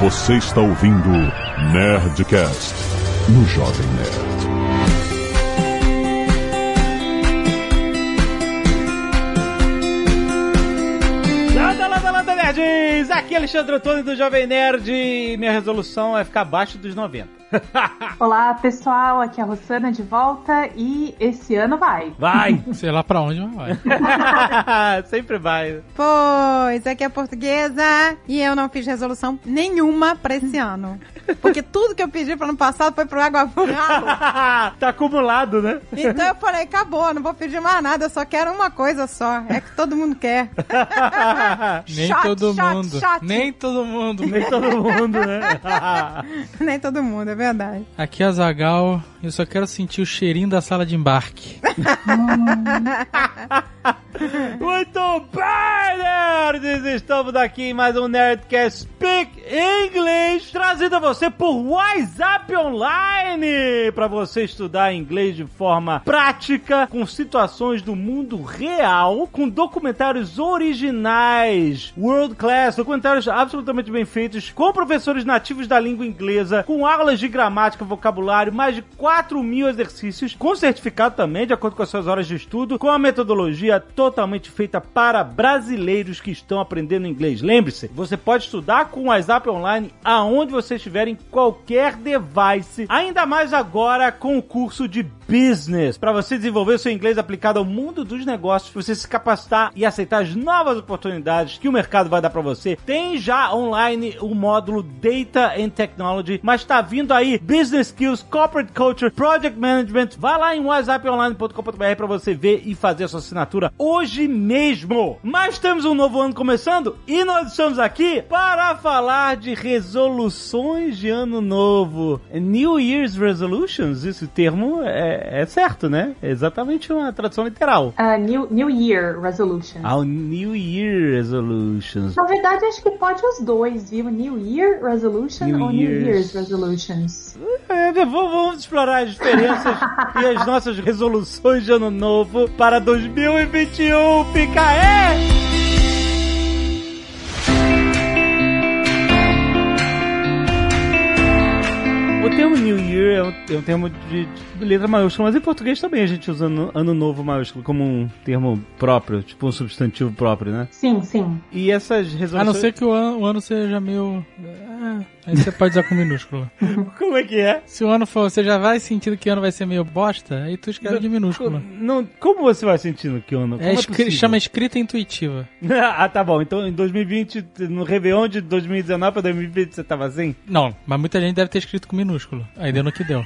Você está ouvindo Nerdcast no Jovem Nerd. Landa, landa, landa, nerds! Aqui é Alexandre Antônio do Jovem Nerd e minha resolução é ficar abaixo dos 90. Olá pessoal, aqui é a Rosana de volta e esse ano vai. Vai! Sei lá pra onde, mas vai. Sempre vai. Pois, aqui é portuguesa e eu não fiz resolução nenhuma pra esse ano. Porque tudo que eu pedi pro ano passado foi pro água furada. tá acumulado, né? Então eu falei, acabou, não vou pedir mais nada, eu só quero uma coisa só. É que todo mundo quer. Nem Shot, todo shot, mundo. shot. Nem todo mundo. Nem todo mundo, né? Nem todo mundo, é verdade. Aqui é a Zagal. Eu só quero sentir o cheirinho da sala de embarque. Muito bem, nerds! Estamos aqui em mais um Nerdcast Speak English, trazido a você por WhatsApp Online, para você estudar inglês de forma prática, com situações do mundo real, com documentários originais, world class, documentários absolutamente bem feitos, com professores nativos da língua inglesa, com aulas de gramática, vocabulário, mais de 4 mil exercícios, com certificado também, de acordo com as suas horas de estudo, com a metodologia totalmente feita para brasileiros que estão aprendendo inglês. Lembre-se, você pode estudar com o WhatsApp online aonde você estiver em qualquer device, ainda mais agora com o curso de business, para você desenvolver o seu inglês aplicado ao mundo dos negócios, você se capacitar e aceitar as novas oportunidades que o mercado vai dar para você. Tem já online o módulo Data and Technology, mas tá vindo aí Business Skills, Corporate Culture, Project Management. Vai lá em whatsapponline.com.br para você ver e fazer a sua assinatura hoje mesmo. Mas temos um novo ano começando e nós estamos aqui para falar de resoluções de ano novo. New Year's Resolutions, esse termo é, é certo, né? É exatamente uma tradução literal. Ah, new, new Year Resolution. Ao New Year Resolutions. Na verdade, acho que pode os dois, viu? New Year Resolution New ou Year's. New Year's Resolutions. É, v- v- vamos explorar as diferenças e as nossas resoluções de ano novo para 2021. Fica aí! O termo New Year é um, é um termo de, de letra maiúscula, mas em português também a gente usa ano, ano novo maiúsculo como um termo próprio, tipo um substantivo próprio, né? Sim, sim. E essas A resoluções. não ser que o ano, o ano seja meio. Ah, Aí você pode usar com minúscula. como é que é. Se o ano for, você já vai sentindo que o ano vai ser meio bosta, aí tu escreve de minúscula. Não, como você vai sentindo que ano? Como É, escri- possível? chama escrita intuitiva. ah, tá bom. Então em 2020, no Réveillon de 2019 pra 2020, você tava assim? Não, mas muita gente deve ter escrito com minúsculo. Aí deu no que deu.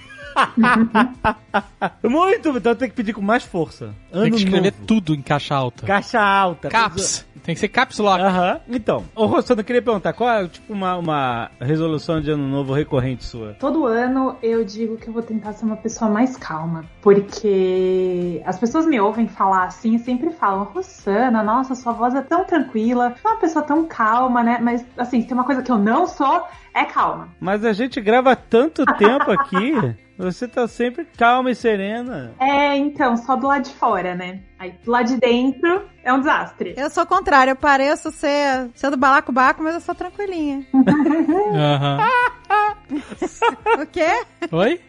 Muito! Então tem que pedir com mais força. Ano Tem que escrever novo. tudo em caixa alta. Caixa alta. Caps. Tem que ser caps lock. Aham. Então, ô Rossano, eu queria perguntar, qual é, tipo, uma, uma resolução de ano novo recorrente sua? Todo ano eu digo que eu vou tentar ser uma pessoa mais calma, porque as pessoas me ouvem falar assim e sempre falam: Rosana, nossa, sua voz é tão tranquila, você é uma pessoa tão calma, né? Mas assim, se tem uma coisa que eu não sou, é calma. Mas a gente grava tanto tempo aqui, você tá sempre calma e serena. É, então, só do lado de fora, né? Aí do lado de dentro é um desastre. Eu sou o contrário, eu pareço ser, ser do balacobaco, mas eu sou tranquilinha. Aham. O quê? Oi?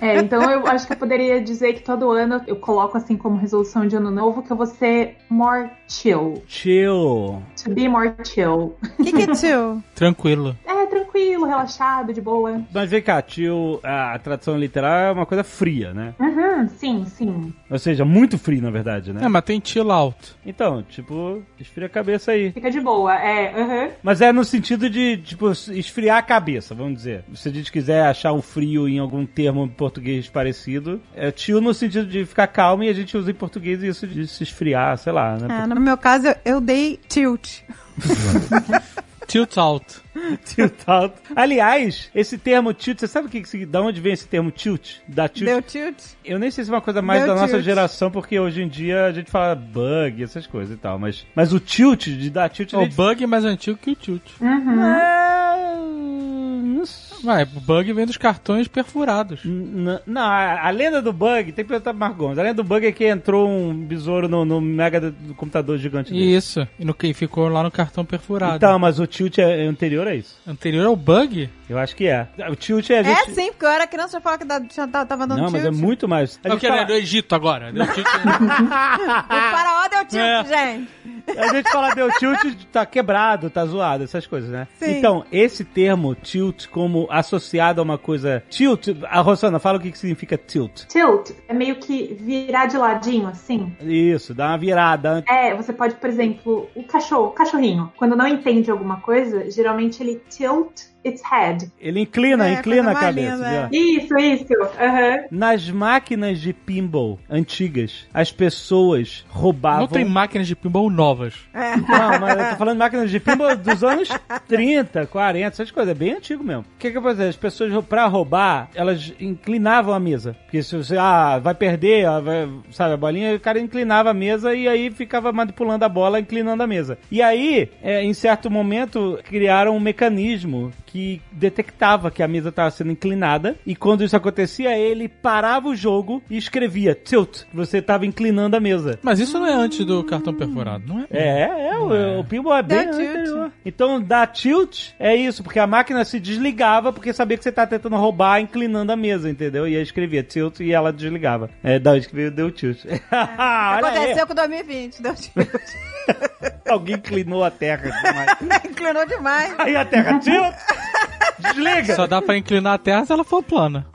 É, então eu acho que eu poderia dizer que todo ano eu coloco assim como resolução de ano novo que eu vou ser more chill. Chill. To be more chill. Que que tio? Tranquilo. É, tranquilo, relaxado, de boa. Mas vem cá, chill, a tradução literal é uma coisa fria, né? Uhum, sim, sim. Ou seja, muito frio, na verdade, né? É, mas tem chill out. Então, tipo, esfria a cabeça aí. Fica de boa, é, uhum. Mas é no sentido de, tipo, esfriar a cabeça, vamos dizer. Se a gente quiser achar o frio em algum termo em português parecido, é tio no sentido de ficar calmo e a gente usa em português isso de se esfriar, sei lá, né? Ah, no meu caso, eu, eu dei tilt. Tilt out. Tilt out. Aliás, esse termo tilt, você sabe que, que- da onde vem esse termo tilt? Da tilt? Deu tilt? Eu nem sei se é uma coisa mais Deu da nossa tilt. geração, porque hoje em dia a gente fala bug, essas coisas e tal, mas, mas o tilt, Oh, de dar tilt, a O gente- Uhum. bug é mais antigo que o tilt. É, não Ué, o bug vem dos cartões perfurados. N- Não, a, a lenda do bug, tem que perguntar pro Marco Gomes. A lenda do bug é que entrou um besouro no, no mega do, do computador gigante dele. Isso. E no que ficou lá no cartão perfurado. Então, mas o tilt é é anterior a isso. Anterior ao bug? Eu acho que é. O tilt é a gente. É sim, porque eu era criança e falava que da- tinha- tava dando Não, tilt. mas é muito mais. A É o gente, que era do fala, Egito agora. né? O tilt- O faraó deu tilt, Ah. É. gente. a gente fala deu tilt, tá quebrado, tá zoado, essas coisas, né? Sim. Então, esse termo tilt como associado a uma coisa. Tilt, a Rosana, fala o que, que significa tilt. Tilt é meio que virar de ladinho, assim. Isso, dá uma virada. É, você pode, por exemplo, o cachorro, o cachorrinho, quando não entende alguma coisa, geralmente ele tilt its head. Ele inclina, É, inclina coisa a mais cabeça. linda, viu? é. Isso, isso. Aham. Nas máquinas de pinball antigas, as pessoas roubavam. Não tem máquinas de pinball novas. Não, mas eu tô falando de máquinas de pinball dos anos 30, 40, essas coisas. É bem antigo mesmo. O que que eu fazer? As pessoas, rou- pra roubar, elas inclinavam a mesa. Porque se você, ah, vai perder, ah, vai- sabe, a bolinha, o cara inclinava a mesa e aí ficava manipulando a bola, inclinando a mesa. E aí, é, em certo momento, criaram um mecanismo que detectava que a mesa estava sendo inclinada e quando isso acontecia, ele parava o jogo e escrevia tilt, que você estava inclinando a mesa. Mas isso não é antes do cartão perfurado, não é? É, é, o, o pinball é bem tilt. anterior. Então, dar tilt é isso, porque a máquina se desligava porque sabia que você tá tentando roubar inclinando a mesa, entendeu? E aí escrevia tilt e ela desligava. É, daí escreveu, deu tilt. Olha aí, Aconteceu com 2020, deu tilt. alguém inclinou a terra demais. Inclinou demais. aí a terra, tilt! Desliga! Só dá pra inclinar a terra se ela for plana.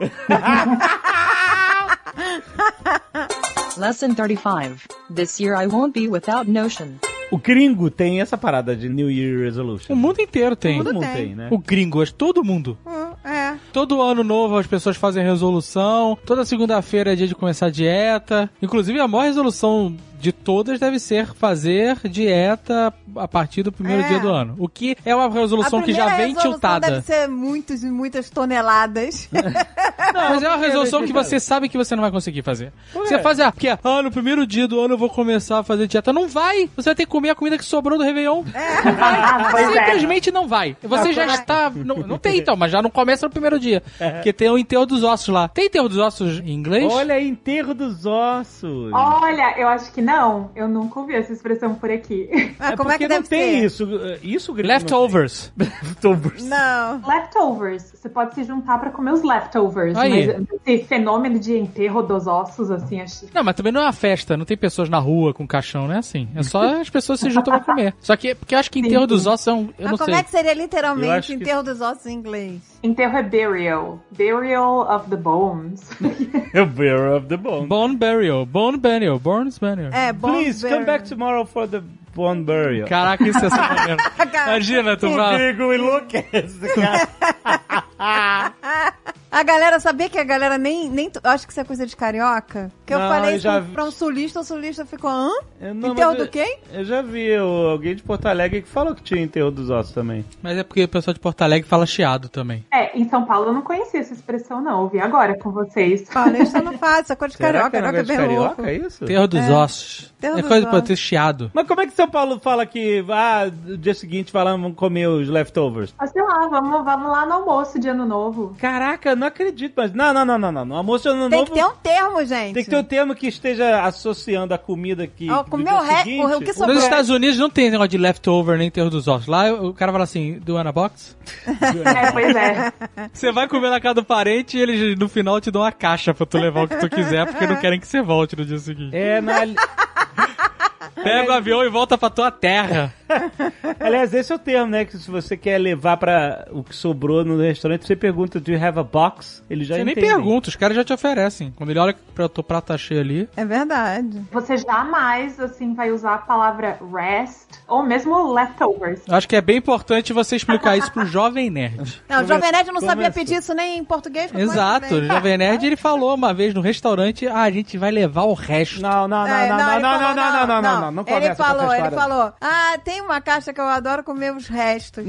Lesson 35. This year I won't be without Notion. O gringo tem essa parada de New Year Resolution. O mundo inteiro tem. Todo mundo tem. tem, né? O gringo, acho que todo mundo. Hum, É. Todo ano novo as pessoas fazem resolução. Toda segunda-feira é dia de começar a dieta. Inclusive, a maior resolução de todas deve ser fazer dieta a partir do primeiro É. dia do ano. O que é uma resolução a que já primeira vem resolução tiltada. Deve ser muitos e muitas toneladas. Não, mas é uma resolução dia que do ano. você sabe que você não vai conseguir fazer. Por Você quê? faz, ah, porque, ah, no primeiro dia do ano eu vou começar a fazer dieta. Não vai! Você vai ter que comer a comida que sobrou do Réveillon. Não vai! pois é. Simplesmente não vai. Você já pois é. está... Não, não tem, então, mas já não começa no primeiro dia. Porque tem o enterro dos ossos lá. Tem enterro dos ossos em inglês? Olha aí, enterro dos ossos. Olha, eu acho que não. Eu nunca ouvi essa expressão por aqui. Mas como é porque que não deve tem ser? isso. Isso o gringo não tem. Leftovers. Leftovers. Não. Leftovers. Você pode se juntar pra comer os leftovers. Aí. Mas esse fenômeno de enterro dos ossos, assim, acho. Não, mas também não é uma festa, não tem pessoas na rua com caixão, não é assim. É só as pessoas se juntam pra comer. Só que, porque eu acho que enterro dos ossos é um. Eu não Mas como sei. é que seria Eu literalmente acho que- enterro dos ossos em inglês? Enterro é burial. Burial of the bones. É o Bearer of the Bone. Bone burial, bone burial, bones burial. É, bom. Please come back tomorrow for the bone burial. Caraca, isso é sacanagem. Imagina, tu O vai. gringo enlouquece, cara. A galera, sabia que a galera nem. nem tu- acho que isso é coisa de carioca? Que eu Não, falei eu isso já vi. pra um sulista, o sulista ficou. hã? Eu não, enterro mas eu- é do quem? Eu já vi o- alguém de Porto Alegre que falou que tinha enterro dos ossos também. Mas é porque o pessoal de Porto Alegre fala chiado também. é, em São Paulo eu não conhecia essa expressão, não. Ouvi agora com vocês. Paulista não faz, isso é coisa de Será carioca, que é carioca é negócio de bem louco. carioca, é isso? Terra dos ossos. Terra é dos coisa pra ossos. ter chiado. Mas como é que São Paulo fala que, ah, no dia seguinte vai lá, vamos comer os leftovers? Mas sei lá, vamos, vamos lá no almoço de ano novo. Caraca, não acredito, mas não, não, não, não, não. No almoço no Tem novo... que ter um termo, gente. Tem que ter um termo que esteja associando a comida que. Ó, do comer dia o re- seguinte. o- o que sobrou. Nos Estados Unidos não tem negócio de leftover nem terra dos ossos. Lá o cara fala assim, do Ana Box? É, pois é. Você vai comer na casa do parente e eles no final te dão uma caixa pra tu levar o que tu quiser, porque não querem que você volte no dia seguinte. É, na, Pega o avião e volta pra tua terra. É, Aliás, esse é o termo, né? Que se você quer levar pra o que sobrou no restaurante, você pergunta, do you have a box? Ele já Você nem entende. pergunta, os caras já te oferecem. Quando ele olha pra tua prata cheia ali, É verdade. Você jamais, assim, vai usar a palavra rest ou mesmo leftovers. eu acho que é bem importante você explicar isso pro jovem nerd. Não, o Jovem Nerd não sabia Começa. pedir isso nem em português. como é que Exato, o vem? Jovem Nerd ele falou uma vez no restaurante: ah, a gente vai levar o resto. Não, não, não, É, não, não, ele não, não, não, falou, não, não, não, não, não, começa Ele com essa falou, ele história. falou, ah, tem uma caixa que eu adoro comer os restos.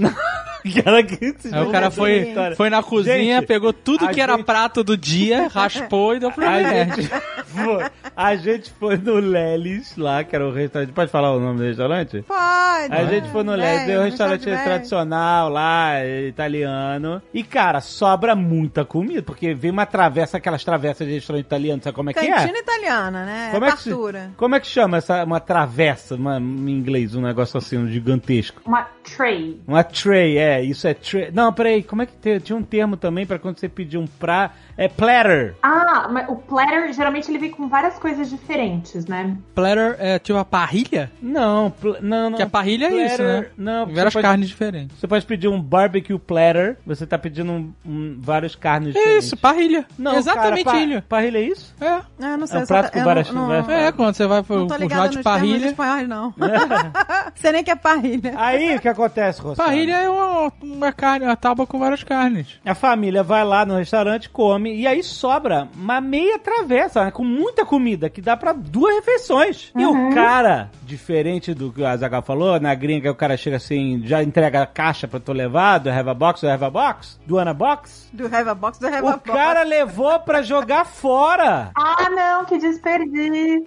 Cara, que assim, Aí o cara foi, foi na cozinha, né? Gente, pegou tudo a que era gente- prato do dia, raspou e deu pra A mulher. gente, foi, a gente foi no Lelis lá, que era o restaurante. Pode falar o nome do restaurante? Pode. A gente foi no Lelis, Velho, deu um restaurante velho. tradicional lá, italiano. E, cara, sobra muita comida, porque vem uma travessa, aquelas travessas de restaurante italiano, sabe como é que é? Cantina italiana, né? Como é é, que se, fartura. como é que chama essa uma travessa, uma, em inglês, um negócio assim, um gigantesco? Uma tray. Uma tray, é, isso é tray. Não, peraí, como é que tem? Tinha um termo também pra quando você pedir um pra. É platter. Ah, mas o platter geralmente ele vem com várias coisas diferentes, né? Platter é tipo a parrilha? Não, pl- não, não. Que a parrilha é isso, né? Não, porque Várias você pode- carnes diferentes. Você pode pedir um barbecue platter, você tá pedindo um, um- várias carnes É diferentes. isso, parrilha. Não, Exatamente cara, pa- Ah, ilha. Parrilha é isso? É. Ah, não É sei. um eu só prato tá- com eu várias- né? não, várias- não, É, quando você vai pro não tô pro ligada churrasco nos de termos parrilha. espanhóis, não. Sei nem que é parrilha. Aí o que acontece, Rosana? Parrilha é uma, uma carne, uma tábua com várias carnes. A família vai lá no restaurante, come, e aí sobra uma meia travessa, né, com muita comida, que dá pra duas refeições. E o cara, diferente do que o Azaghal falou, na gringa o cara chega assim, já entrega a caixa pra tu levar, do Have a Box, do Have a Box, do Ana Box. Do Have a Box, do Have a O Box. cara levou pra jogar fora. Ah, não, que desperdício!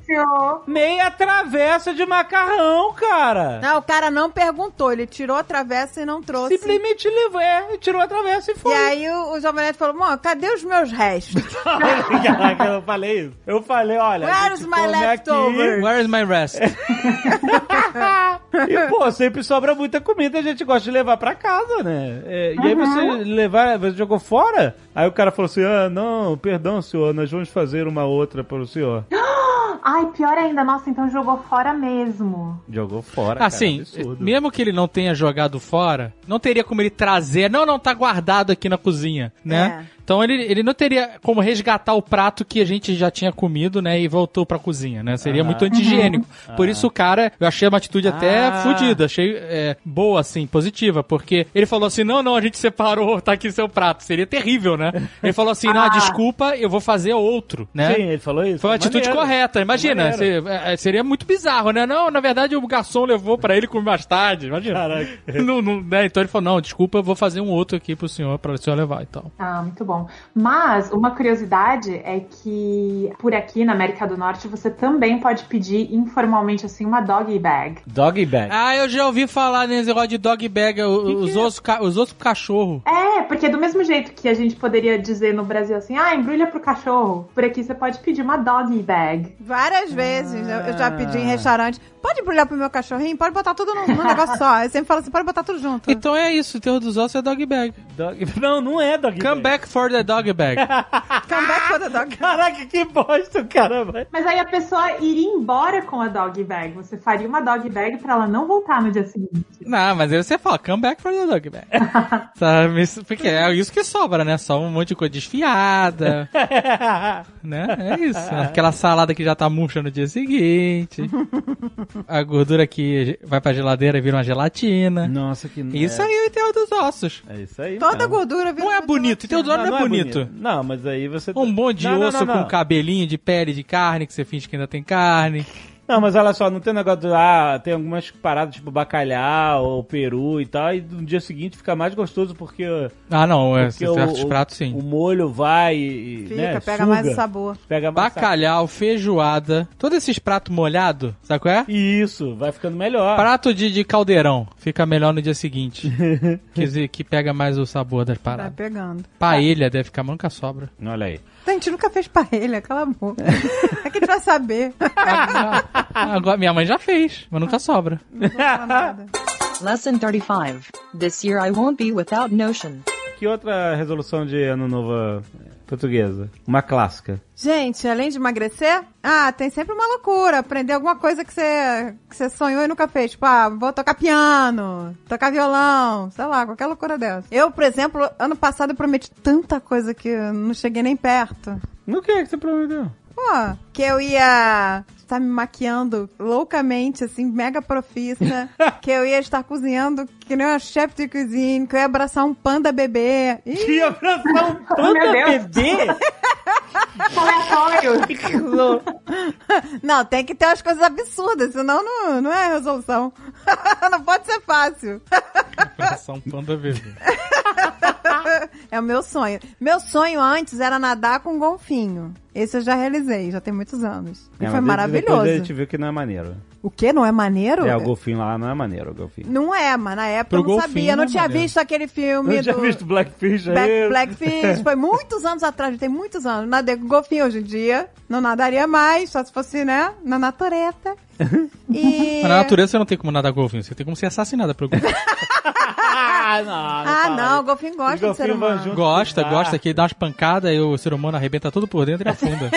Meia travessa de macarrão, cara. Não, o cara não perguntou, ele tirou a travessa e não trouxe. Simplesmente levou, é, tirou a travessa e E foi. aí o, o Jovem Neto falou, mano, cadê os meus restos? Caraca, eu falei isso. Eu falei, olha. a Where's gente my come aqui leftovers? Where is my rest? É, E, pô, sempre sobra muita comida, a gente gosta de levar pra casa, né? É, E aí você Uhum. levar, você jogou fora? Aí o cara falou assim: ah, não, perdão, senhor, nós vamos fazer uma outra para o senhor. Ai, pior ainda, nossa, então jogou fora mesmo. Jogou fora. cara, Assim, absurdo. mesmo que ele não tenha jogado fora, não teria como ele trazer. Não, não, tá guardado aqui na cozinha, né? Então ele, ele não teria como resgatar o prato que a gente já tinha comido, né? E voltou pra cozinha, né? Seria muito anti-higiênico. Por isso o cara, eu achei uma atitude até Ah. fodida, achei é, boa, assim, positiva, porque ele falou assim: não, não, a gente separou, tá aqui seu prato. Seria terrível, né? Ele falou assim: não, desculpa, eu vou fazer outro, né? Sim, ele falou isso. Foi uma atitude Maneiro. correta. Imagina, Maneiro. se- é, é, seria muito bizarro, né? Não, na verdade o garçom levou pra ele comer mais tarde. Imagina. Caraca. Não, não, né? Então ele falou: não, desculpa, eu vou fazer um outro aqui pro senhor, pra o senhor levar então. e tal. Ah, muito bom. Mas uma curiosidade é que por aqui na América do Norte você também pode pedir informalmente assim uma doggy bag. Doggy bag. Ah, eu já ouvi falar nesse negócio de dog bag, o- os, ossos, ca- os ossos pro cachorro. É, porque do mesmo jeito que a gente poderia dizer no Brasil assim, ah, embrulha pro cachorro, por aqui você pode pedir uma doggy bag. Várias vezes eu, eu já pedi em Ah. restaurante, pode embrulhar pro meu cachorrinho? Pode botar tudo num, num negócio só. Eu sempre falo assim, pode botar tudo junto. Então é isso, o terror dos ossos é dog bag. Dog- Não, não é doggy bag. Come back for the dog bag. Come back for the um dog. Caraca, que bosta, caramba. Mas aí a pessoa iria embora com a dog bag. Você faria uma dog bag pra ela não voltar no dia seguinte. Não, mas aí você fala, come back for the dog bag. Sabe? Isso- Porque é isso que sobra, né? Só um monte de coisa desfiada, né? É isso. Aquela salada que já tá murcha no dia seguinte. A gordura que vai pra geladeira e vira uma gelatina. Nossa, que Isso aí é o enterro dos ossos. É isso aí. Toda a mesmo. gordura vira Não é tudo bonito, junto. enterro dos ossos não, é bonito. Não, mas aí você. Um bom de Não, não, osso não, não. com cabelinho de pele de carne, que você finge que ainda tem carne. Não, mas olha só, não tem negócio do. Ah, tem algumas paradas tipo bacalhau ou peru e tal, e no dia seguinte fica mais gostoso porque. Ah, não, é, porque o- certos o- pratos sim. O molho vai e. e, Fica, né, pega suga, mais o sabor. Pega mais sabor. Bacalhau, feijoada, todos esses pratos molhados, sabe qual é? Isso, vai ficando melhor. Prato de, de caldeirão. Fica melhor no dia seguinte. Quer dizer, que pega mais o sabor das Tá paradas. pegando. Paelha deve ficar, mas nunca sobra. Olha aí. A gente nunca fez parelha, cala a boca. É que a gente vai saber. Agora, minha mãe já fez, mas nunca sobra. Não vou falar nada. Lesson 35. This year I won't be without Notion. Que outra resolução de ano novo eh, portuguesa? Uma clássica. Gente, além de emagrecer, ah, tem sempre uma loucura. Aprender alguma coisa que você, que você sonhou e nunca fez. Tipo, ah, vou tocar piano, tocar violão, sei lá, qualquer loucura dessa. Eu, por exemplo, ano passado eu prometi tanta coisa que eu não cheguei nem perto. No que é que você prometeu? Pô, que eu ia estar me maquiando loucamente, assim, mega profissa. que eu ia estar cozinhando que nem uma chefe de cozinha, que eu ia abraçar um panda bebê. Ih, Que abraçar um panda Meu Deus. bebê? Aleatório! Não, tem que ter umas coisas absurdas, senão não, não é resolução. não pode ser fácil. Operação Panda Verde. É o meu sonho. Meu sonho antes era nadar com golfinho. Esse eu já realizei, já tem muitos anos. E foi É, Depois a maravilhoso. gente viu que não é maneiro. O que? Não é maneiro? É, o golfinho lá não é maneiro, o golfinho. Não é, mas na época Pro eu não golfinho sabia. Eu não não é tinha maneiro. visto aquele filme Eu já do visto Blackfish é aí. Black, Blackfish. Foi muitos anos atrás, tem muitos anos. Nadei com golfinho hoje em dia. Não nadaria mais, só se fosse, né? Na natureza. E... Mas na natureza você não tem como nadar com golfinho, você tem como ser assassinada pelo golfinho. Ah, não. Ah, fala não, o isso. golfinho gosta Os golfinhos de ser humano. vão junto Gosta, com Ah. o gosta, barco. que ele dá umas pancadas e o ser humano arrebenta tudo por dentro e afunda.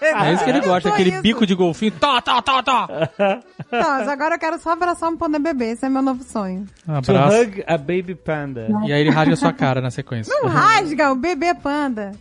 É isso que ele gosta, Só aquele isso. bico de golfinho. Tó, tó, tó, tó. Tá, mas agora eu quero só abraçar um panda bebê. Esse é meu novo sonho. Um To abraço. hug a baby panda. E aí ele rasga sua cara na sequência. Não rasga o bebê panda.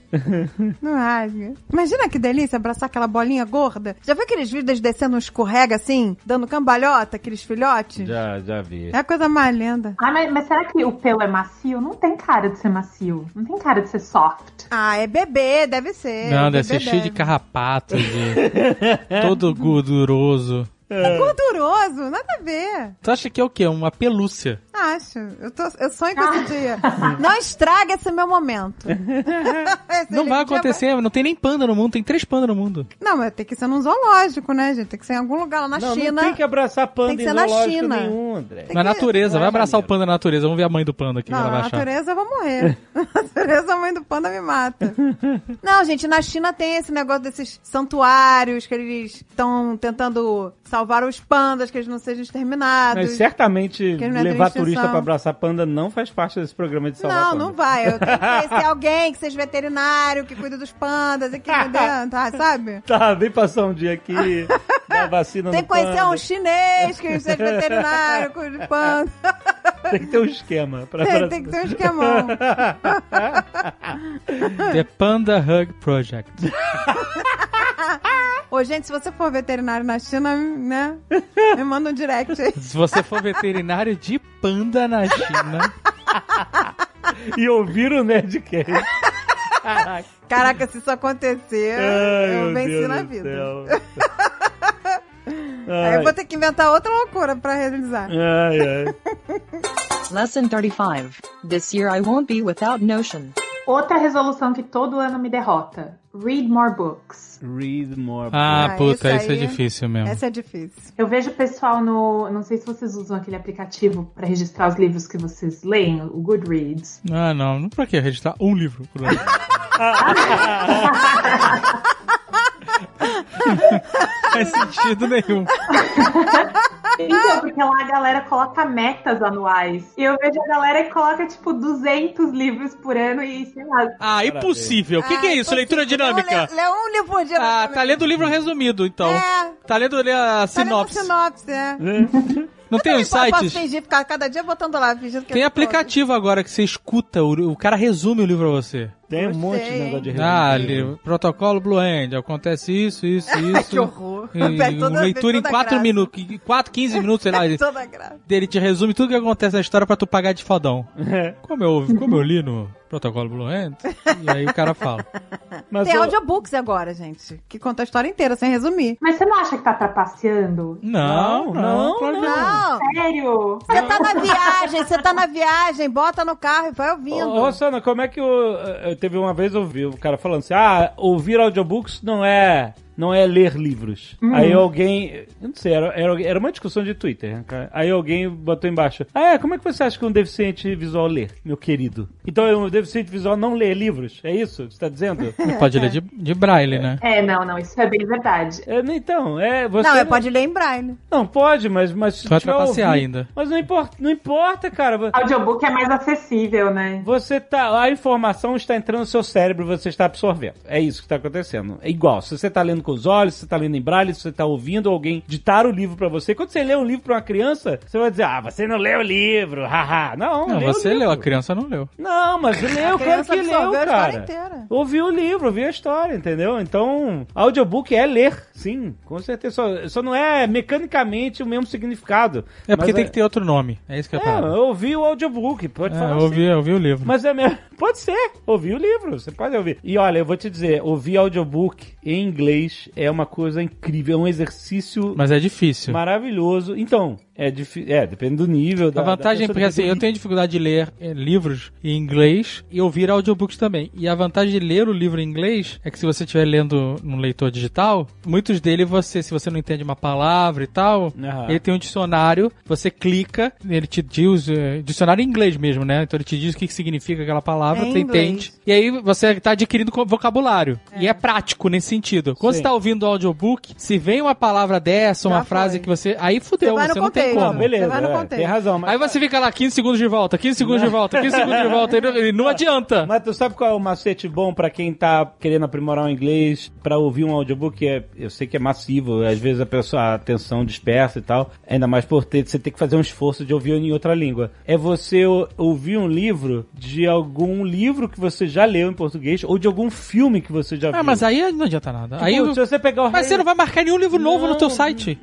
Não rasga. Imagina que delícia abraçar aquela bolinha gorda. Já viu aqueles vídeos descendo um escorrega assim, dando cambalhota, aqueles filhotes? Já, já vi. É a coisa mais linda. Ah, mas, mas será que o pelo é macio? Não tem cara de ser macio. Não tem cara de ser soft. Ah, é bebê, deve ser. Não, O deve ser é bebê cheio de carrapato, de... todo gorduroso. É gorduroso, nada a ver. Tu acha que é o quê? Uma pelúcia. Acho. Eu, tô, eu sonho com esse dia. Não estraga esse meu momento. Esse não vai dia é acontecer, não tem nem panda no mundo, tem três pandas no mundo. Não, mas tem que ser num zoológico, né, gente? Tem que ser em algum lugar lá na não, China. não tem que abraçar panda tem que em ser na zoológico China. nenhum, André. Na natureza, Não vai é abraçar o maneiro. panda na natureza, vamos ver a mãe do panda, o que que Não, ela vai na achar. natureza eu vou morrer. Na natureza, a mãe do panda me mata. Não, gente, na China tem esse negócio desses santuários que eles estão tentando salvar os pandas, que eles não sejam exterminados. Mas certamente Que não levar é jurisdição. turista pra abraçar panda não faz parte desse programa de salvar Não, panda. não vai. Eu tenho que conhecer alguém que seja veterinário, que cuida dos pandas e que me dê, tá, sabe? Tá, vem passar um dia aqui, dar vacina Tem no que conhecer panda. um chinês que seja veterinário, cuida dos pandas. Tem que ter um esquema. Pra Tem, abraçar. tem que ter um esquemão. The Panda Hug Project. Ô, gente, se você for veterinário na China, né? Me manda um direct aí. Se você for veterinário de panda na China, E ouvir o Nerdcast. Caraca, se isso acontecer, Ai, eu meu venci Deus na do vida. céu. Aí eu Ai, É. vou ter que inventar outra loucura pra realizar. ai, ai. Lesson 35. This year I won't be without Notion. Outra resolução que todo ano me derrota. Read more books. Read more. Ah, Ah, puta, isso isso é aí- difícil mesmo. Essa é difícil. Eu vejo pessoal no... Não sei se vocês usam aquele aplicativo pra registrar os livros que vocês leem, o Goodreads. Ah, não, não pra que registrar um livro por ano. Não faz sentido nenhum. Então, porque lá a galera coloca metas anuais. E eu vejo a galera que coloca, tipo, 200 livros por ano e, sei lá, Ah, impossível. O que, que Ah, é isso? Leitura dinâmica. Lê, lê um livro por dia. Ah, tá lendo o livro resumido, então. É. Tá lendo ali a Tá lendo sinopse. sinopse, é. Não tem Eu os Posso sites? fingir, ficar cada dia botando lá, fingindo que Tem eu tô. aplicativo agora que você escuta, o, o cara resume o livro pra você. Tem um monte de Gostei, negócio de Ah, resumo. ali, protocolo Blue End, acontece isso, isso, isso. que horror. E, Perde toda- leitura em perde toda a 4 graça. minutos, 4, 15 minutos, sei lá. ele- Toda graça. Ele te resume tudo o que acontece na história pra tu pagar de fodão. É, Como eu, como eu li no protocolo Blue End, e aí o cara fala. Mas Tem eu- audiobooks agora, gente, que conta a história inteira, sem resumir. Mas você não acha que tá trapaceando? Não, não, Não, claro que Não! Sério? Você tá na viagem, você tá na viagem, bota no carro e vai ouvindo. Ô, ô, Sana, como é que o. Eu teve uma vez eu ouvi o cara falando assim: ah, ouvir audiobooks não é. Não é ler livros. Uhum. Aí alguém. Eu não sei, era, era, era uma discussão de Twitter. né, cara? Aí alguém botou embaixo. Ah, é, como é que você acha que um deficiente visual lê, meu querido? Então um deficiente visual não lê livros? É isso que você tá dizendo? Não pode ler de, de braille, né? É, não, não, isso é bem verdade. É, então, é. Você Não, eu pode né? ler em braille. Não, pode, mas. mas se Tu vai tiver trapacear ouvido- ainda. Mas não importa, não importa, cara. Audiobook é mais acessível, né? Você tá. A informação está entrando no seu cérebro, você está absorvendo. É isso que está acontecendo. É igual. Se você está lendo com os olhos, se você está lendo em braille, se você está ouvindo alguém ditar o livro para você. Quando você lê um livro para uma criança, você vai dizer: Ah, você não leu o livro, haha. Não, Não, leu o você livro. leu, a criança não leu. Não, mas leu, claro criança que leu, absorveu a história cara. inteira. Ouviu o livro, ouviu a história, entendeu? Então, audiobook é ler, sim, com certeza. Só, só não é mecanicamente o mesmo significado. É porque Mas tem que ter outro nome. É isso que eu É, falo. eu ouvi o audiobook, pode É, falar eu assim. ouvi, eu ouvi o livro. Mas é mesmo. Pode ser. Ouvir o livro, você pode ouvir. E olha, eu vou te dizer, ouvir audiobook em inglês é uma coisa incrível, é um exercício Mas é difícil. maravilhoso. Então, É, difí- é depende do nível. Da, A vantagem é da pessoa, porque assim, depende eu do- tenho dificuldade de ler eh, livros em inglês e ouvir audiobooks também. E a vantagem de ler o livro em inglês é que se você estiver lendo num leitor digital, muitos dele você, se você não entende uma palavra e tal, Aham. ele tem um dicionário, você clica, ele te diz, eh, dicionário em inglês mesmo, né? Então ele te diz o que que significa aquela palavra, É em você inglês. entende. E aí você tá adquirindo co- vocabulário. E é prático nesse sentido. Quando Sim. você tá ouvindo o audiobook, se vem uma palavra dessa, Já uma frase foi. que você... Aí fudeu, vai você, no não tem como. contexto. Não, beleza. Você vai no é, contexto. tem razão. Mas, Aí você fica lá 15 segundos de volta, 15 segundos de volta, 15 segundos de volta, e não, e não adianta. mas tu sabe qual é o macete bom pra quem tá querendo aprimorar o inglês, pra ouvir um audiobook? É, eu sei que é massivo, às vezes a pessoa, a atenção dispersa e tal, ainda mais por ter, você tem que fazer um esforço de ouvir em outra língua. É você o- ouvir um livro de algum livro que você já leu em português ou de algum filme que você já viu. Ah, mas aí não adianta nada. Aí Aí, eu- se você pegar o Mas você não vai marcar nenhum livro novo no teu Não. site.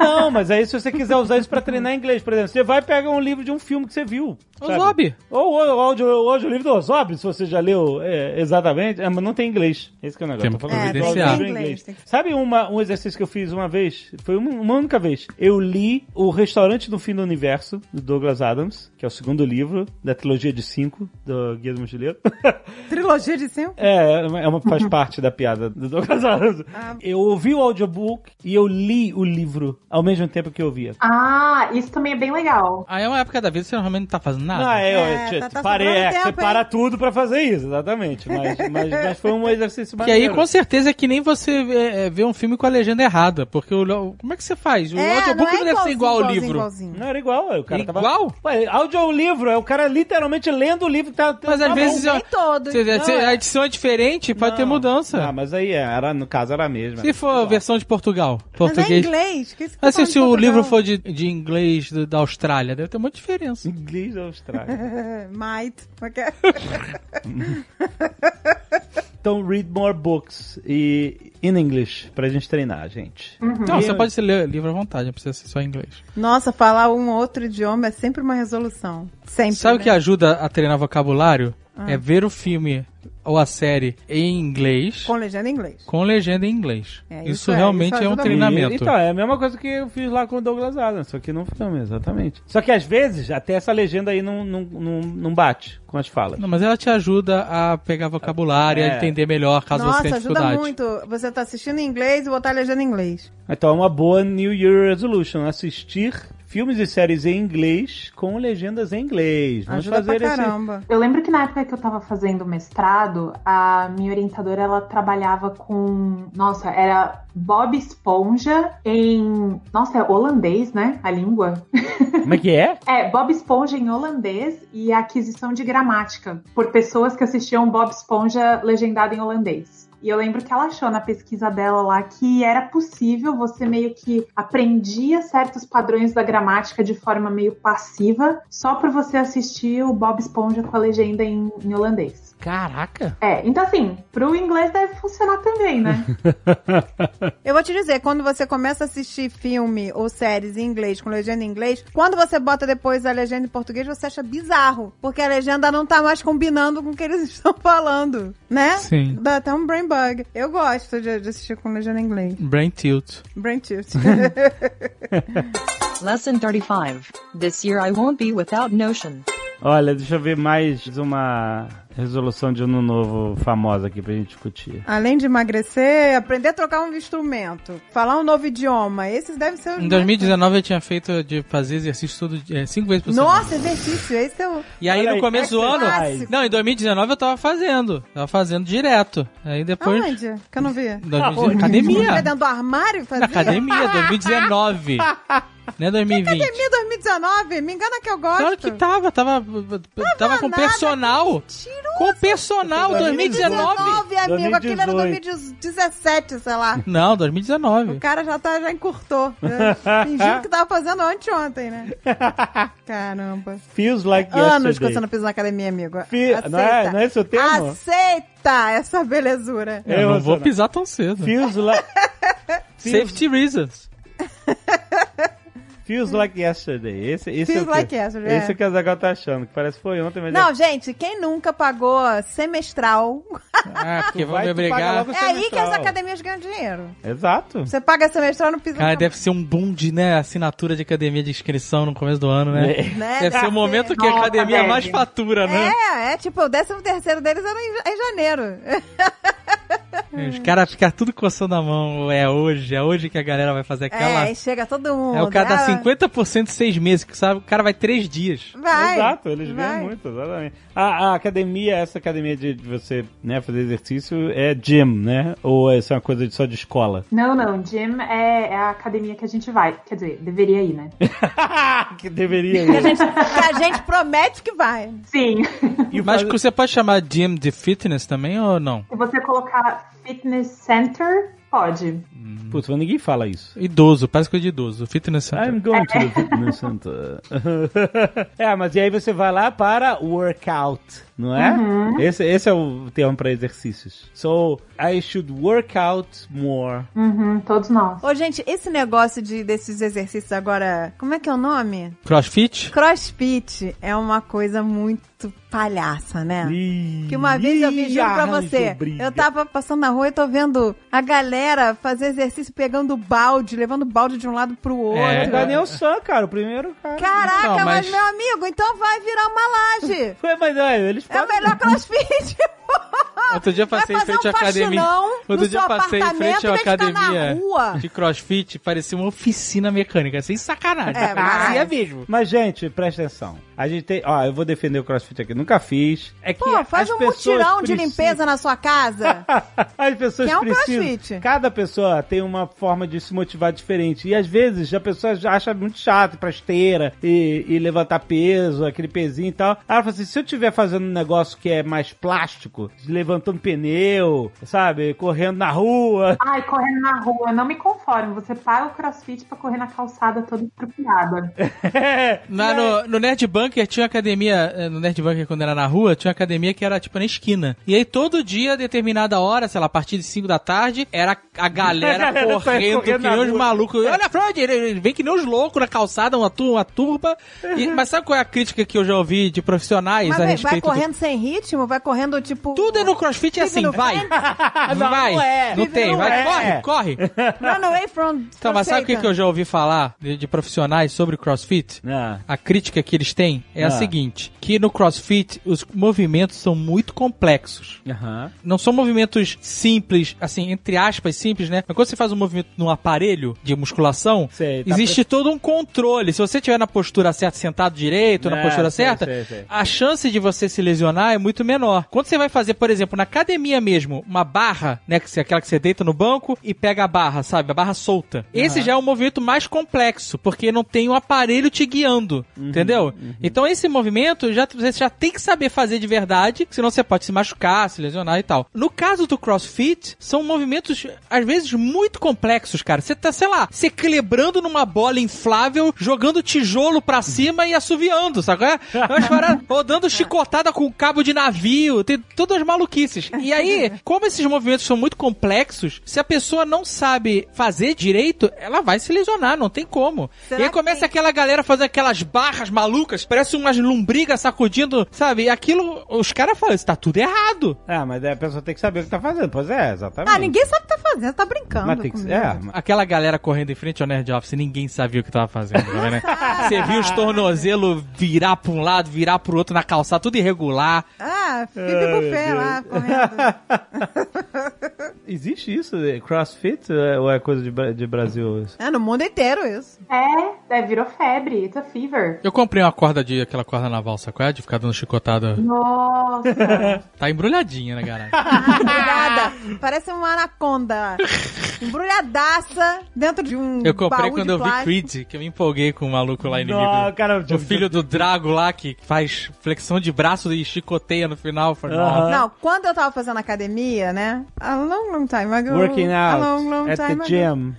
Não, mas aí se você quiser usar isso pra treinar inglês, por exemplo, você vai pegar um livro de um filme que você viu. Ô, sabe? Zob. Ou ou- ou- hoje, hoje o livro do Zob, se você já leu é, exatamente. É, mas não tem inglês. Esse que é o negócio. Temos Tô que falando de providenciar. áudio em É, tem que ter inglês, tem que- Sabe uma- um exercício que eu fiz uma vez? Foi uma, uma única vez. Eu li O Restaurante do Fim do Universo, do Douglas Adams, que é o segundo livro da trilogia de cinco do Guia do Mochileiro. Trilogia de cinco? É, é uma- é uma, faz parte da piada do Douglas Adams. Ah. Eu ouvi o audiobook e eu li o livro ao mesmo tempo que eu ouvia. Ah, isso também é bem legal. Aí é uma época da vida que você normalmente não tá fazendo nada. Ah, é, É, eu te- tá- tá parei, sobrando é, tempo, você hein? para tudo pra fazer isso, exatamente. Mas, mas, mas foi um exercício Que aí maneiro. com certeza é que nem você é, é, vê um filme com a legenda errada, porque o, o- como é que você faz? O É, audiobook não, deve ser igual ao igualzinho, livro. igualzinho. Não era igual, o cara tava. Igual? Ué, áudio é o livro, é o cara literalmente lendo o livro que tá. Mas tá às bom. vezes Nem todos. você- Não, você- é. a edição é diferente, pode ter Não. mudança. Ah, mas é aí era, no caso era a mesma. Se for a versão de Portugal, Mas é português. inglês? Que isso que eu tô Assim, falando se em o Portugal? livro for de, de inglês do- da Austrália, deve ter muita diferença. Inglês da Austrália. É, Might. ok? então, read more books e in English pra gente treinar, gente. Não, você Eu- pode ler livro à vontade, não precisa ser só em É inglês. Nossa, falar um outro idioma é sempre uma resolução. Sempre. Sabe o né? que ajuda a treinar vocabulário? Ah. É ver o filme ou a série em inglês Com legenda em inglês. com legenda em inglês. É, isso, isso é, realmente isso é um ajuda treinamento. E- então, é a mesma coisa que eu fiz lá com o Douglas Adams, só que não filme, exatamente. Só que às vezes, até essa legenda aí não, não, não, não bate com as falas. Não, mas ela te ajuda a pegar vocabulário, É. a entender melhor caso Nossa, você tenha ajuda dificuldade. muito. Você tá assistindo em inglês e botar a legenda em inglês. Então é uma boa New Year Resolution, assistir filmes e séries em inglês com legendas em inglês. Vamos ajuda fazer pra esse... caramba. Eu lembro que na época que eu tava fazendo mestrado, a minha orientadora ela trabalhava com, nossa, era Bob Esponja em, nossa, é holandês, né? A língua. Como é que é? É, Bob Esponja em holandês e a aquisição de gramática por pessoas que assistiam Bob Esponja legendado em holandês. E eu lembro que ela achou na pesquisa dela lá que era possível você meio que aprendia certos padrões da gramática de forma meio passiva só por você assistir o Bob Esponja com a legenda em, em holandês. Caraca! É, então assim, pro inglês deve funcionar também, né? Eu vou te dizer, quando você começa a assistir filme ou séries em inglês com legenda em inglês, quando você bota depois a legenda em português, você acha bizarro. Porque a legenda não tá mais combinando com o que eles estão falando, né? Sim. Dá até um brain bug. Eu gosto de, de assistir com legenda em inglês. Brain tilt. Brain tilt. Lesson 35. This year I won't be without Notion. Olha, deixa eu ver mais uma resolução de ano novo famosa aqui pra gente discutir. Além de emagrecer, aprender a trocar um instrumento, falar um novo idioma. Esses devem ser os... Em 2019 eu tinha feito de fazer exercício todo dia, é, cinco vezes por semana. Nossa, exercício. Esse é o... E aí Olha no aí, começo do ano. clássico. Não, em 2019 eu tava fazendo. Tava fazendo direto. Aí depois. Aonde? Ah, Que eu não vi. 2019, Foi academia. dentro do armário fazer? Na academia, 2019. Não é 2020. Academia 2019? Me engana que eu gosto. Claro que tava, tava, tava com nada, personal. Mentiroso. Com personal, 2019. 2019, amigo. é Aquilo era 2018. 2017, sei lá. Não, O 2019. cara já, tá, já encurtou. Já Fingindo que tava fazendo anteontem, né? Caramba. Feels like Anos que yesterday. você Ah, não pisa na academia, amigo. Fi- Aceita. não é- não é esse o termo? É Aceita essa belezura. Eu, Eu não vou não. pisar tão cedo. Feels like... Safety reasons. Feels Like Yesterday. Esse, esse é Feels o quê? Like Yesterday, Esse é. é o que a Zagal tá achando, que parece que foi ontem, mas... Não, é... gente, quem nunca pagou semestral? Ah, porque vão Vai, me tu paga obrigar. logo o É aí que as semestral. academias ganham dinheiro. Exato. Você paga semestral no piso Cara, deve ser um boom de, né, assinatura de academia de inscrição no começo do ano, né? É. né? Deve ser o momento que a Nossa, academia deve. mais fatura, né? É, é tipo, o décimo terceiro deles era em, ja- em janeiro. É. Os caras ficam tudo coçando a mão. É hoje, é hoje que a galera vai fazer É, aquela. aí chega todo mundo. É, o cara dá Ah, 50% em seis meses, que sabe? O cara vai três dias. Vai. Exato, eles vai. ganham muito, exatamente. A, a academia, essa academia de de você né, fazer exercício é gym, né? Ou é só uma coisa de- só de escola? Não, não, Jim é, é a academia que a gente vai. Quer dizer, deveria ir, né? que deveria Que a, ir. gente, que a gente promete que vai. Sim. E Mas fazer- você pode chamar gym de fitness também ou não? Se você colocar fitness center, pode. Putz, mas ninguém fala isso. Idoso, parece coisa de idoso. Fitness center. I'm going to the fitness center. é, mas e aí você vai lá para workout, não é? Uhum. Esse, esse é o termo para exercícios. So, I should work out more. Uhum, todos nós. Ô, gente, esse negócio de, desses exercícios agora. Como é que é o nome? Crossfit? Crossfit é uma coisa muito palhaça, né? Que Que uma vez eu vi, juro pra você, eu tava passando na rua e tô vendo a galera fazer exercício pegando balde, levando balde de um lado pro outro. É. O Daniel San, um cara, o primeiro cara. Caraca, Não, mas... mas- meu amigo, então vai virar uma laje. Ué, mas olha, eles É o melhor crossfit. Outro dia eu Vai passei em fazer frente um à academia. faxinão Outro no dia eu seu passei em frente à apartamento em vez de ficar na academia rua. de crossfit, parecia uma oficina mecânica, sem sacanagem. É, parecia mas- mesmo. Mas, gente, presta atenção. A gente tem. Ó, eu vou defender o crossfit aqui. Nunca fiz. É que Pô, faz as um pessoas mutirão de precisam- limpeza na sua casa. As pessoas Que é um precisam. crossfit. Cada pessoa tem uma forma de se motivar diferente. E às vezes a pessoa já acha muito chato ir pra esteira e, e levantar peso, aquele pezinho e tal. Ela fala assim: se eu estiver fazendo um negócio que é mais plástico, levantando pneu, sabe? Correndo na rua. Ai, correndo na rua, não me conformo. Você paga o crossfit pra correr na calçada toda estrupiada. Na, no, no Nerd Bunker tinha uma academia, eh, no Nerd Bunker quando era na rua, tinha uma academia que era tipo na esquina. E aí todo dia, determinada hora, sei lá, a partir de 5 da tarde, era a galera A galera saía correndo, que correndo na nem os rua. malucos. Olha, Freud, ele- ele vem que nem os loucos na calçada, uma, tur uma turba. E- mas sabe qual é a crítica que eu já ouvi de profissionais Mas a vai, vai respeito do correndo sem ritmo, vai correndo tipo. Tudo é no crossfit é Vive assim, no vai. vai. não é. Não Vive tem, no vai, é. corre, corre. Run away from. Então, mas sabe o que, que eu Satan. já ouvi falar de, de profissionais sobre crossfit? Ah. A crítica que eles têm é a Ah. seguinte: que no crossfit os movimentos são muito complexos. Aham. Não são movimentos simples, assim, entre aspas, simples, né? Mas quando você faz um movimento num aparelho de musculação, Sei, tá existe todo um controle. Se você tiver na postura certa, sentado direito, na É, postura sei, certa, sei, sei. a chance de você se lesionar é muito menor. Quando você vai fazer, por exemplo, na academia mesmo, uma barra, né? Que é aquela que você deita no banco e pega a barra, sabe? A barra solta. Esse já é um movimento mais complexo, porque não tem um aparelho te guiando, Uhum, entendeu? Então esse movimento já, você já tem que saber fazer de verdade, senão você pode se machucar, se lesionar e tal. No caso do crossfit, são movimentos, às vezes, muito complexos, cara. Você tá, sei lá, se equilibrando numa bola inflável, jogando tijolo pra cima e assoviando, sabe? É umas paradas, ou dando chicotada com cabo de navio, tem todas as maluquices. E aí, como esses movimentos são muito complexos, se a pessoa não sabe fazer direito, ela vai se lesionar, não tem como. Será e aí que começa tem- aquela galera fazendo aquelas barras malucas, parece umas lombrigas sacudindo, sabe? E aquilo, os caras falam, isso tá tudo errado. Ah, mas a pessoa tem que saber o que tá fazendo. Pois é, exatamente. Ah, ninguém sabe o que tá fazendo, tá brincando. Mas tem que comigo. ser. É, Aquela galera correndo em frente ao Nerd Office, ninguém sabia o que tava fazendo, né? Você viu os tornozelos virar pra um lado, virar pro outro na calçada, tudo irregular. Ah, Felipe é, Buffet lá, correndo. Existe isso? eh, Crossfit eh, ou é coisa de, Bra- de Brasil? isso? É no mundo inteiro isso. É, é, virou febre, it's a fever. Eu comprei uma corda de aquela corda naval, sabe qual é? De ficar dando chicotada. Nossa, Tá embrulhadinha na garagem. Embrulhada. Parece uma anaconda. Embrulhadaça dentro de um. Eu comprei baú quando de eu vi plástico. Creed, que eu me empolguei com o maluco lá inimigo. Não, cara, o filho do Drago lá que faz flexão de braço e chicoteia no final. Eu falei, Aham. "Nossa, Não, quando eu tava fazendo academia, né? A long, long time ago. Working A out long, long at the time ago. gym.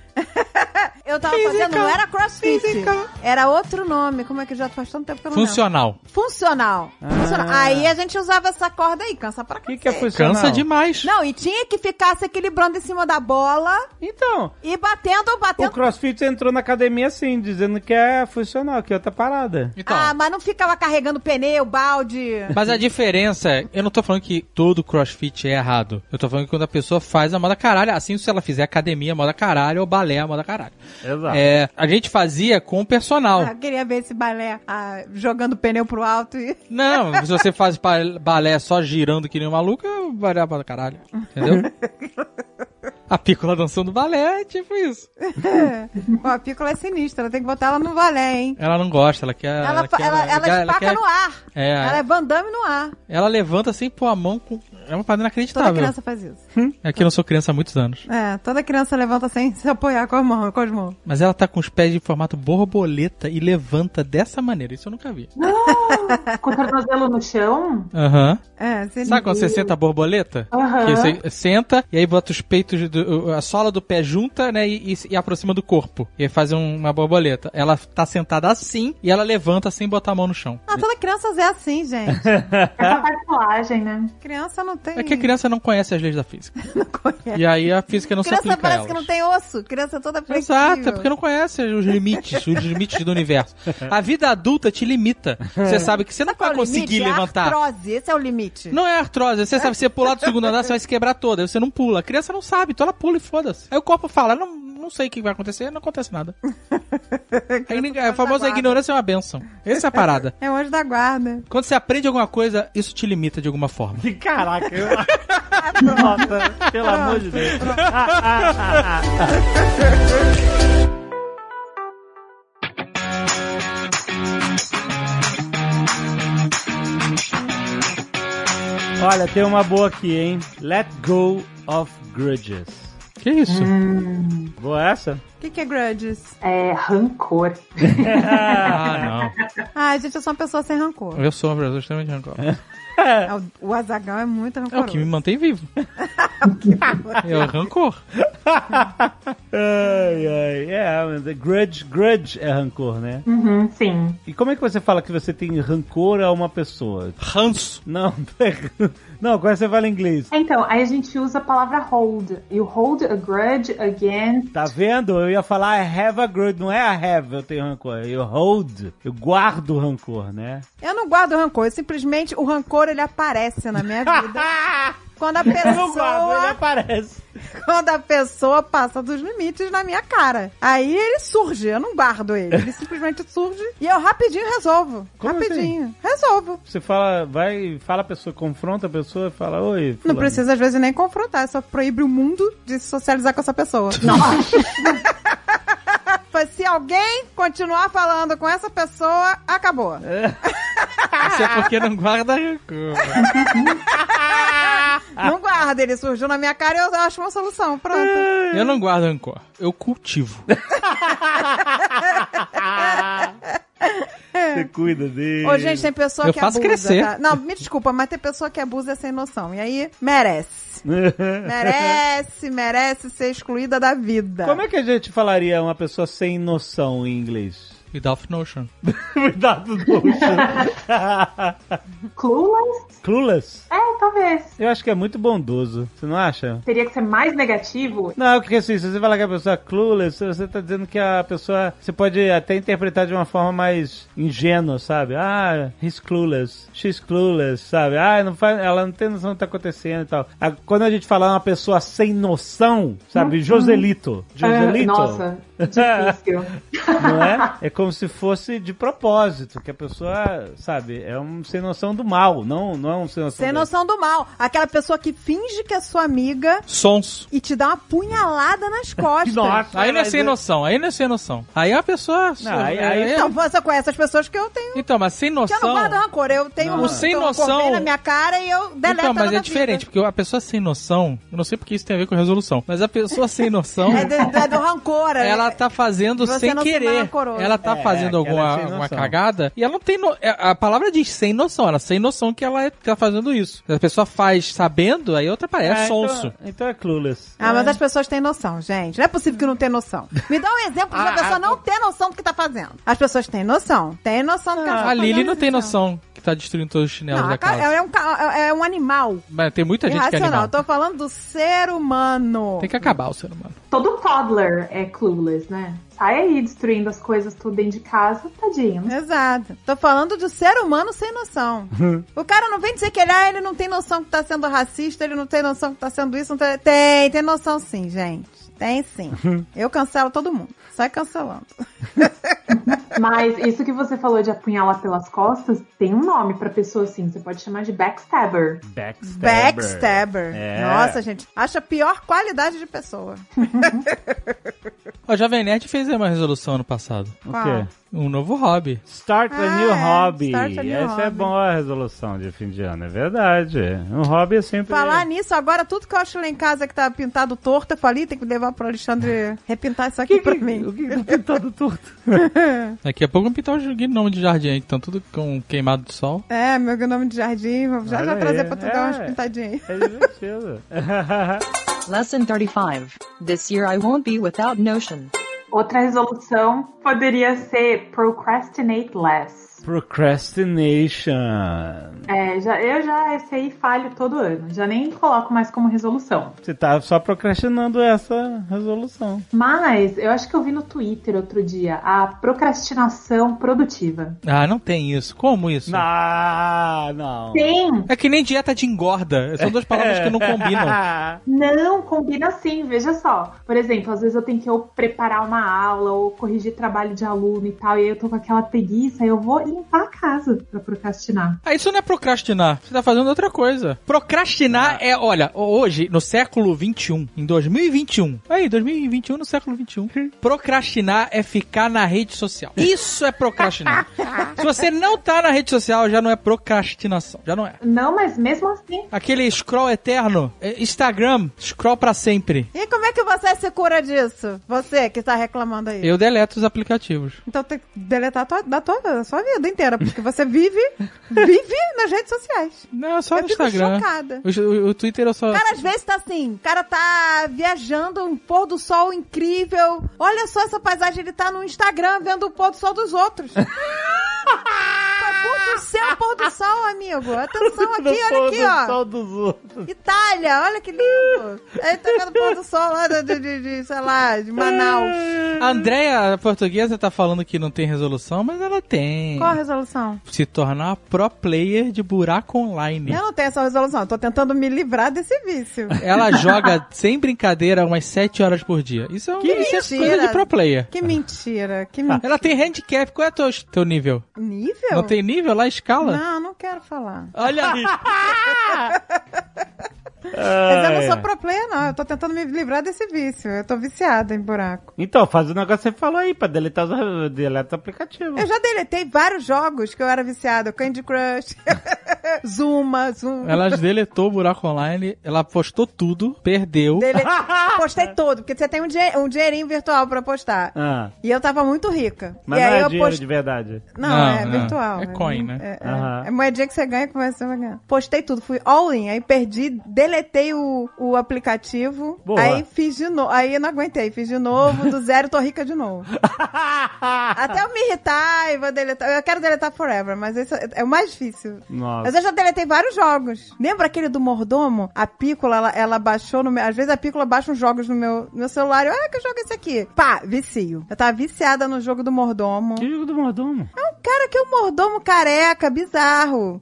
eu tava fazendo, não era crossfit. Física. Era outro nome. Como é que já faz tanto tempo que eu não lembro. Funcional. Funcional. Funcional. Ah. Aí a gente usava essa corda aí, cansa pra O quê? que, que é funcional? Cansa demais. Não, e tinha que ficar se equilibrando em cima da bola Então, e batendo, o batendo. CrossFit entrou na academia assim, dizendo que é funcional, que é outra parada. Então, Ah, mas não ficava carregando pneu, balde. Mas a diferença, é, eu não tô falando que todo crossfit é errado. Eu tô falando que quando a pessoa faz a moda caralho, assim se ela fizer academia, moda caralho, ou balé, moda caralho. Exato. É, a gente fazia com o Ah, personal. eu queria ver esse balé ah, jogando pneu pro alto e. Não, se você faz ba- balé só girando que nem um maluco, é balé moda caralho. Entendeu? A pícola dançando balé é tipo isso. Ó, a pícola é sinistra, ela tem que botar ela no balé, hein? Ela não gosta, Ah, ela quer. Ela, fa- quer- ela, ela, quer- espaca quer- no ar. É, Ela é Van Damme no ar. ela levanta assim, pô, a mão com. É uma parada Toda inacreditável. criança faz isso. É que eu não sou criança há muitos anos. É, toda criança levanta sem se apoiar com as mãos, com as mãos. Mas ela tá com os pés de formato borboleta e levanta dessa maneira. Isso eu nunca vi. Uh! Com o tornozelo no chão? Aham. É, se Sabe quando você senta a borboleta? Aham. Que você senta e aí bota os peitos, do- a sola do pé junta, né? E, e, e aproxima do corpo. E aí faz um- uma borboleta. Ela tá sentada assim e ela levanta sem botar a mão no chão. Ah, toda criança é assim, gente. Essa tatuagem, né? criança não tem. É que a criança não conhece as leis da física. não conhece. E aí a física não se Criança aplica a parece elas. que não tem osso. Criança é toda flexível. Exato, é porque não conhece os limites, os limites do universo. A vida adulta te limita. Você sabe que você não Sabe qual é vai o conseguir limite? É a levantar. artrose, esse é o limite. Não é artrose, você sabe, você pular do segundo andar, você vai se quebrar toda, aí você não pula. A criança não sabe, então ela pula e foda-se. Aí o corpo fala, não, não sei o que vai acontecer, não acontece nada. Aí, ninguém- é o famoso a ignorância é uma benção. Essa é a parada. É o anjo da guarda. Quando você aprende alguma coisa, isso te limita de alguma forma. Que caraca. eu- Pronto. Pelo amor de Deus. Olha, tem uma boa aqui, hein? Let go of grudges. Que isso? Boa essa? O que, que é grudges? É rancor. Ah, Ah, gente, eu sou uma pessoa sem rancor. não. Eu sou uma pessoa extremamente rancorosa. Ah, o- O Azagal é muito É o rancoroso. que me mantém vivo. É o rancor. Ai, ai. É, mas é grudge, grudge é rancor, né? Uhum, sim. E como é que você fala que você tem rancor a uma pessoa? Ranço. Não, pera- não, agora você fala inglês. Então, aí a gente usa a palavra hold. You hold a grudge against. Tá vendo? Eu ia falar I have a grudge, não é I have, eu tenho rancor. Eu hold, eu guardo rancor, né? Eu não guardo rancor, eu simplesmente o rancor ele aparece na minha vida. quando a Eu não guardo, ele é- pessoa, aparece. quando a pessoa passa dos limites na minha cara. Aí ele surge, eu não guardo ele, ele simplesmente surge e eu rapidinho resolvo. Como assim? rapidinho, resolvo. Você fala, vai, fala a pessoa, confronta a pessoa e fala, oi. Não fulano." precisa às vezes nem confrontar, é só proíbe o mundo de se socializar com essa pessoa. Mas Se alguém continuar falando com essa pessoa, acabou. É. Isso é porque não guarda rancor. Ah. Não guarda, ele surgiu na minha cara e eu acho uma solução. Pronto. Eu não guardo rancor. Eu cultivo. Você cuida dele. Ô, gente, tem pessoa Eu que faço abusa. crescer. tá? Não, me desculpa, mas tem pessoa que abusa é sem noção. E aí, merece. Merece, merece ser excluída da vida. Como é que a gente falaria uma pessoa sem noção em inglês? Without notion. Cuidado do Clueless? Clueless? É, talvez. Eu acho que é muito bondoso, você não acha? Teria que ser mais negativo. Não, porque assim, se você falar que a pessoa é clueless, você tá dizendo que a pessoa. Você pode até interpretar de uma forma mais ingênua, sabe? Ah, he's clueless, she's clueless, sabe? Ah, não faz, ela não tem noção do que tá acontecendo e tal. Ah, Quando a gente fala uma pessoa sem noção, sabe? Joselito. Ah, Joselito. nossa, difícil. Não é? É como se fosse de propósito, que a pessoa, sabe, é um sem noção do mal, não, não é um sem noção. Sem do- noção do mal. Aquela pessoa que finge que é sua amiga Sons. e te dá uma punhalada nas costas. Nossa, Aí não é mas sem eu- noção, aí não é sem noção. Aí é uma pessoa. Não, aí- aí- tá Então, você conhece as pessoas que eu tenho. Então, mas sem Que eu não noção. guardo rancor. Eu tenho Não. O sem então, rancor noção- vem na minha cara e eu deleto Então, mas ela da é diferente, vida. porque a pessoa sem noção, eu não sei porque isso tem a ver com resolução, mas a pessoa sem noção, É do, é do rancor. ela é- tá fazendo Você sem não se querer. rancoroso. Ela tá É, fazendo que ela é alguma sem alguma noção. noção. cagada. E ela não tem. No... é, A palavra diz sem noção. Ela sem noção que ela é- tá fazendo isso. Se a pessoa faz sabendo, aí outra parece é, sonso. Então, então é clueless. Ah, mas as pessoas têm noção, gente. Não é possível que não tenha noção. Me dá um exemplo de Ah, uma pessoa não ter noção do que tá fazendo. As pessoas têm noção. Têm noção do que elas Ah, A estão Lily Tá, fazendo, não mas tem noção que tá destruindo todos os chinelos Não, da a ca- casa. é, um, ca- é um animal. Mas tem muita gente que é Irracional. animal. Tô falando do ser humano. Tem que acabar o ser humano. Todo toddler é clueless, né? Sai aí destruindo as coisas tudo dentro de casa, tadinho. Exato. Tô falando do ser humano sem noção. o cara não vem dizer que ele, ah, ele não tem noção que tá sendo racista, ele não tem noção que tá sendo isso. Não tem... tem, tem noção sim, gente. Tem sim. Eu cancelo todo mundo. Sai cancelando. Mas isso que você falou de apunhalar pelas costas, tem um nome pra pessoa assim. Você pode chamar de backstabber. Backstabber. Backstabber. É. Nossa, gente. Acha a pior qualidade de pessoa. O Jovem Nerd fez uma resolução ano passado. O Qual? quê? Um novo hobby. Start a Ah, new é. hobby. Start a new Essa é hobby. boa a resolução de fim de ano, é verdade. Um hobby é sempre. Falar nisso, agora tudo que eu acho lá em casa que tá pintado torto, eu falei, tem que levar pro Alexandre repintar isso aqui que, pra que, mim. o que que tá pintado torto? Daqui a pouco eu vou pintar um joguinho de nome de jardim aí, que estão tudo com queimado de sol. É, meu nome de jardim, vou já, Olha já aí, trazer pra tu dar umas é. pintadinhas. É divertido. Lesson 35. This year I won't be without Notion. Outra resolução poderia ser procrastinate less. Procrastination. É, já, eu já esse aí falho todo ano. Já nem coloco mais como resolução. Você tá só procrastinando essa resolução. Mas eu acho que eu vi no Twitter outro dia a procrastinação produtiva. Ah, não tem isso. Como isso? Ah, não. Tem! É que nem dieta de engorda. São duas palavras que não combinam. Não, combina sim, veja só. Por exemplo, às vezes eu tenho que eu preparar uma aula ou corrigir trabalho de aluno e tal, e aí eu tô com aquela preguiça, aí eu vou limpar a casa pra procrastinar. Ah, isso não é procrastinar. Você tá fazendo outra coisa. Procrastinar é, olha, hoje, no século XXI, em 2021. Aí, 2021 no século XXI. Procrastinar é ficar na rede social. Isso é procrastinar. Se você não tá na rede social, já não é procrastinação. Já não é. Não, mas mesmo assim, Aquele scroll eterno. é Instagram, scroll pra sempre. E como é que você se cura disso? Você que tá reclamando aí. Eu deleto os aplicativos. Então tem que deletar a tua, da tua, da sua vida inteira, porque você vive, vive nas redes sociais. Não, só Eu no fico Instagram. chocada. O, o- o Twitter eu só. O cara às vezes tá assim, o cara tá viajando, um pôr do sol incrível. Olha só essa paisagem, ele tá no Instagram vendo o pôr do sol dos outros. Mas, Pôr do céu, pôr do sol, amigo. Atenção No aqui, pôr olha aqui, do ó. sol dos outros. Itália, olha que lindo. Ele tá vendo o pôr do sol lá de, de- de- de, sei lá, de Manaus. A Andrea, a portuguesa, tá falando que não tem resolução, mas ela tem. Qual a resolução? Se tornar pro player de buraco online. Eu não tenho essa resolução, eu tô tentando me livrar desse vício. Ela joga, sem brincadeira, umas 7 horas por dia. Isso é, um, Que isso é mentira. coisa de pro player. Que mentira, que mentira. Ela tem handicap. Qual é teu, teu nível? Nível? Não tem nível lá? Escala? Não, não quero falar. Olha ali. Mas eu Ah, é. não sou pro player, não. Eu tô tentando me livrar desse vício. Eu tô viciada em buraco. Então, faz o negócio que você falou aí, pra deletar os, deleta o aplicativo. Eu já deletei vários jogos que eu era viciada. Candy Crush, Zuma, Zuma. Ela deletou o buraco online, ela postou tudo, perdeu. Dele... Postei todo, porque você tem um, dinhe- um dinheirinho virtual pra postar. Ah, E eu tava muito rica. mas e não aí é eu dinheiro de postei. verdade. Não, Não, é não. virtual. É coin, né? É, é, Aham. é moedinha que você ganha e começa a ganhar. Postei tudo, fui all in, aí perdi, deletei o, o aplicativo, Boa. aí fiz de novo, aí eu não aguentei, fiz de novo, do zero tô rica de novo. Até eu me irritar e vou deletar. Eu quero deletar forever, mas esse é o mais difícil. Nossa. Mas é eu já deletei vários jogos. Lembra aquele do mordomo? A pícola, ela, ela baixou no meu. Às vezes a pícola baixa uns jogos no meu, no meu celular. e Eu, ah, que jogo é esse aqui? Pá, vicio. Eu tava viciada no jogo do mordomo. Que jogo do mordomo? Cara, que é um mordomo careca, bizarro.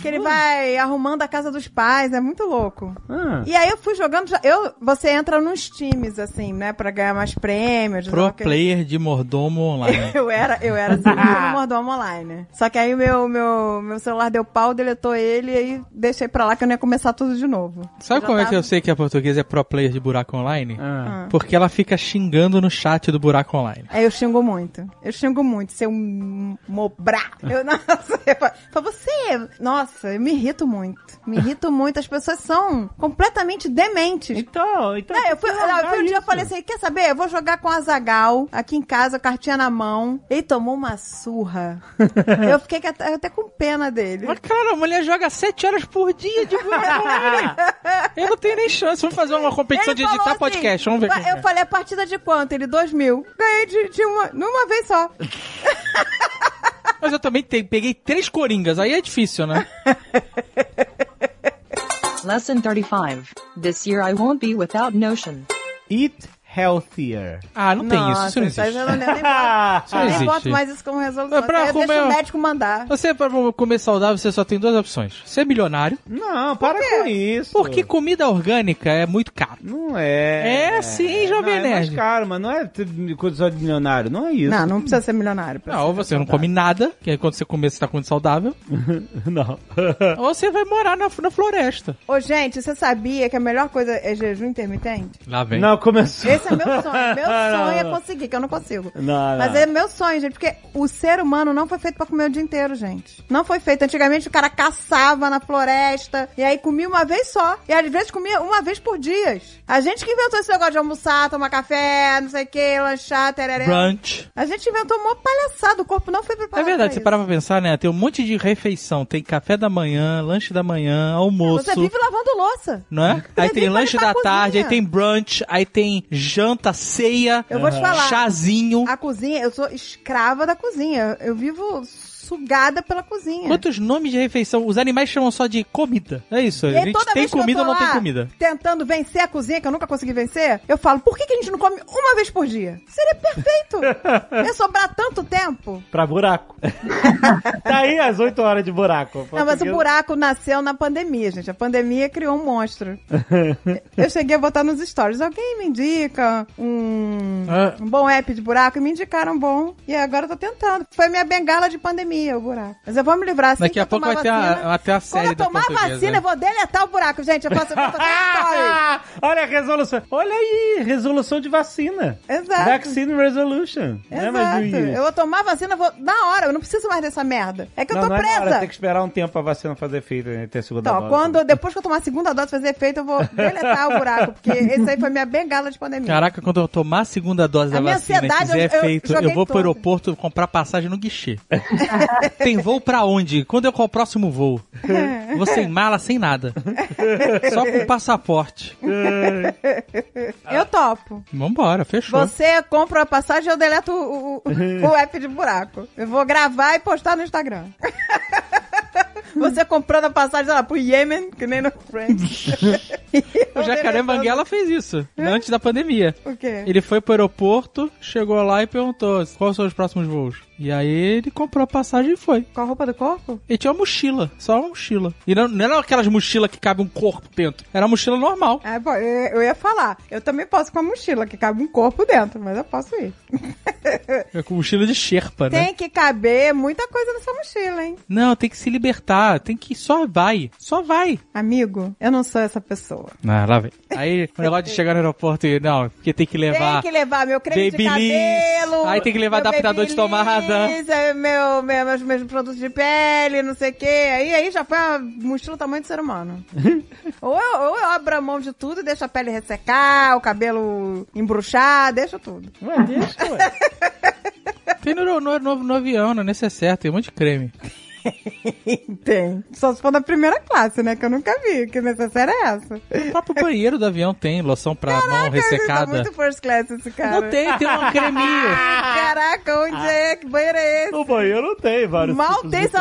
Que ele vai arrumando a casa dos pais, é muito louco. Ah, E aí eu fui jogando, já- eu, você entra nos times, assim, né, pra ganhar mais prêmios. sei lá Pro o quê. player de mordomo online. Eu era, eu era assim, eu mordomo online. Só que aí meu, meu, meu celular deu pau, deletou ele e aí deixei pra lá que eu não ia começar tudo de novo. Sabe já como é que tava- eu sei que a portuguesa é pro player de buraco online? ah. Porque ela fica xingando no chat do buraco online. Aí É, eu xingo muito. Eu xingo muito, seu mobrá. Eu, nossa, eu falo, falo, você, nossa, Nossa, eu me irrito muito. Me irrito muito. As pessoas são completamente dementes. Então, então. Não, eu fui, tem que não, eu fui um largar dia eu isso. falei assim: quer saber? Eu vou jogar com a Zagal aqui em casa, cartinha na mão. Ele tomou uma surra. eu fiquei que até, até com pena dele. Mas, cara, a mulher joga sete horas por dia de "Ah, videogame. Eu não tenho nem chance. Vamos fazer uma competição de Ele editar falou assim, podcast. Vamos ver. "Ué", quem é. Eu ganha. falei, a partida de quanto? Ele, dois mil. Ganhei de, de uma, numa vez só. Mas eu também te- peguei três coringas. Aí é difícil, né? Lesson 35. This year I won't be without Notion. Eat healthier. Ah, não tem isso. Isso não Nossa, existe. eu nem, nem boto- Isso não nem existe. boto mais isso como resolução. É pra Eu deixo comer- o médico mandar. Você, pra comer saudável, você só tem duas opções. Ser milionário, Não, para com isso. porque comida orgânica é muito caro. Não é. É sim, Jovem não, é mais Nerd. caro, mas não é t- condição de milionário. Não é isso. Não, não precisa ser milionário. pra Não, ou você não come nada, que aí quando você comer você tá comendo saudável. Não. ou você vai morar na, na floresta. Ô, gente, você sabia que a melhor coisa é jejum intermitente? Lá vem. Não, começou. Esse é meu sonho. Meu Não, sonho é não. conseguir, que eu não consigo. Não, Mas não. é meu sonho, gente, porque o ser humano não foi feito pra comer o dia inteiro, gente. Não foi feito. Antigamente o cara caçava na floresta e aí comia uma vez só. E às vezes comia uma vez por dia. A gente que inventou esse negócio de almoçar, tomar café, não sei o que, lanchar, tereré. Brunch. A gente inventou uma palhaçada, o corpo não foi É preparado. verdade, pra você isso. parava pra pensar, né? Tem um monte de refeição. Tem café da manhã, lanche da manhã, almoço. Você vive lavando louça. Não é? Aí tem Você vive lanche pra da cozinha. tarde, aí tem brunch, aí tem janta, ceia, Eu vou te falar. chazinho. A cozinha, eu sou escrava da cozinha. Eu vivo sugada pela cozinha. Quantos nomes de refeição? Os animais chamam só de comida. É isso. E aí, A gente tem vez que eu comida tô ou não tem lá comida? Tentando vencer a cozinha, que eu nunca consegui vencer, eu falo, por que, que a gente não come uma vez por dia? Seria perfeito! Ia sobrar tanto tempo. Pra buraco. tá aí as 8 horas de buraco. Não, mas o buraco nasceu na pandemia, gente. A pandemia criou um monstro. eu cheguei a botar nos stories. Alguém me indica um, Ah. um bom app de buraco? E me indicaram um bom. E agora eu tô tentando. Foi a minha bengala de pandemia, o buraco. Mas eu vou me livrar assim Daqui que a eu pouco tomar vai ter a- vacina. até a série Quando eu da tomar portuguesa. né? vacina, eu vou deletar o buraco, gente. Eu posso eu vou botar no stories. Ah, olha a resolução. Olha aí, resolução de vacina. Exato. Vaccine Resolution. Né, Exato. Maju Yu? eu vou tomar a vacina, vou... na hora, eu não preciso mais dessa merda. É que eu não, tô não é na hora, presa. Tem que esperar um tempo pra vacina fazer efeito, né? Ter a segunda Então, dose. quando, depois que eu tomar a segunda dose fazer efeito, eu vou deletar o buraco, porque esse aí foi minha bengala de pandemia. Caraca, quando eu tomar a segunda dose A da minha vacina e ansiedade, fizer eu- eu efeito, eu, joguei vou pro toda. aeroporto comprar passagem no guichê. Tem voo pra onde? Quando é qual o próximo voo? Vou sem mala, sem nada. Só com passaporte. Eu topo. Vambora, fechou. Você compra a passagem, eu deleto o, o- o app de buraco. Eu vou gravar e postar no Instagram. Você comprando a passagem, sei lá, pro Yemen, que nem no Friends. O Jacaré Banguela fez isso, antes da pandemia. O quê? Ele foi pro aeroporto, chegou lá e perguntou quais são os próximos voos. E aí ele comprou a passagem e foi. Com a roupa do corpo? Ele tinha uma mochila, só uma mochila. E não, não era aquelas mochilas que cabe um corpo dentro. Era uma mochila normal. Ah, pô, eu eu ia falar. Eu também posso com a mochila, que cabe um corpo dentro, mas eu posso ir. Né? É com mochila de Sherpa, né? Tem que caber muita coisa nessa mochila, hein? Não, tem que se libertar. Tem que só vai. Só vai. Amigo, eu não sou essa pessoa. Ah, lá vem. Aí o negócio de chegar no aeroporto e. Não, porque tem que levar. Tem que levar meu creme Babyliss. de cabelo. Aí tem que levar meu adaptador de tomada. Babyliss, é, Meu, meu, meus, meus produtos de pele, não sei o quê. Aí, aí já foi uma mochila do tamanho do ser humano. ou, eu, ou eu abro a mão de tudo e deixo a pele ressecar, o cabelo embruxar, deixo tudo. Ué, deixa, ué. Tem no, no, no, no avião, não é necessário. Tem um monte de creme. Tem. Só se for da primeira classe, né? Que eu nunca vi. Que necessária é essa? O próprio banheiro do avião tem loção pra mão Tá ressecada. muito first class esse cara. Não tem, Ah. tem um creminho. Caraca, onde é? Que banheiro é esse? O banheiro não tem vários Mal tipos tem de trem.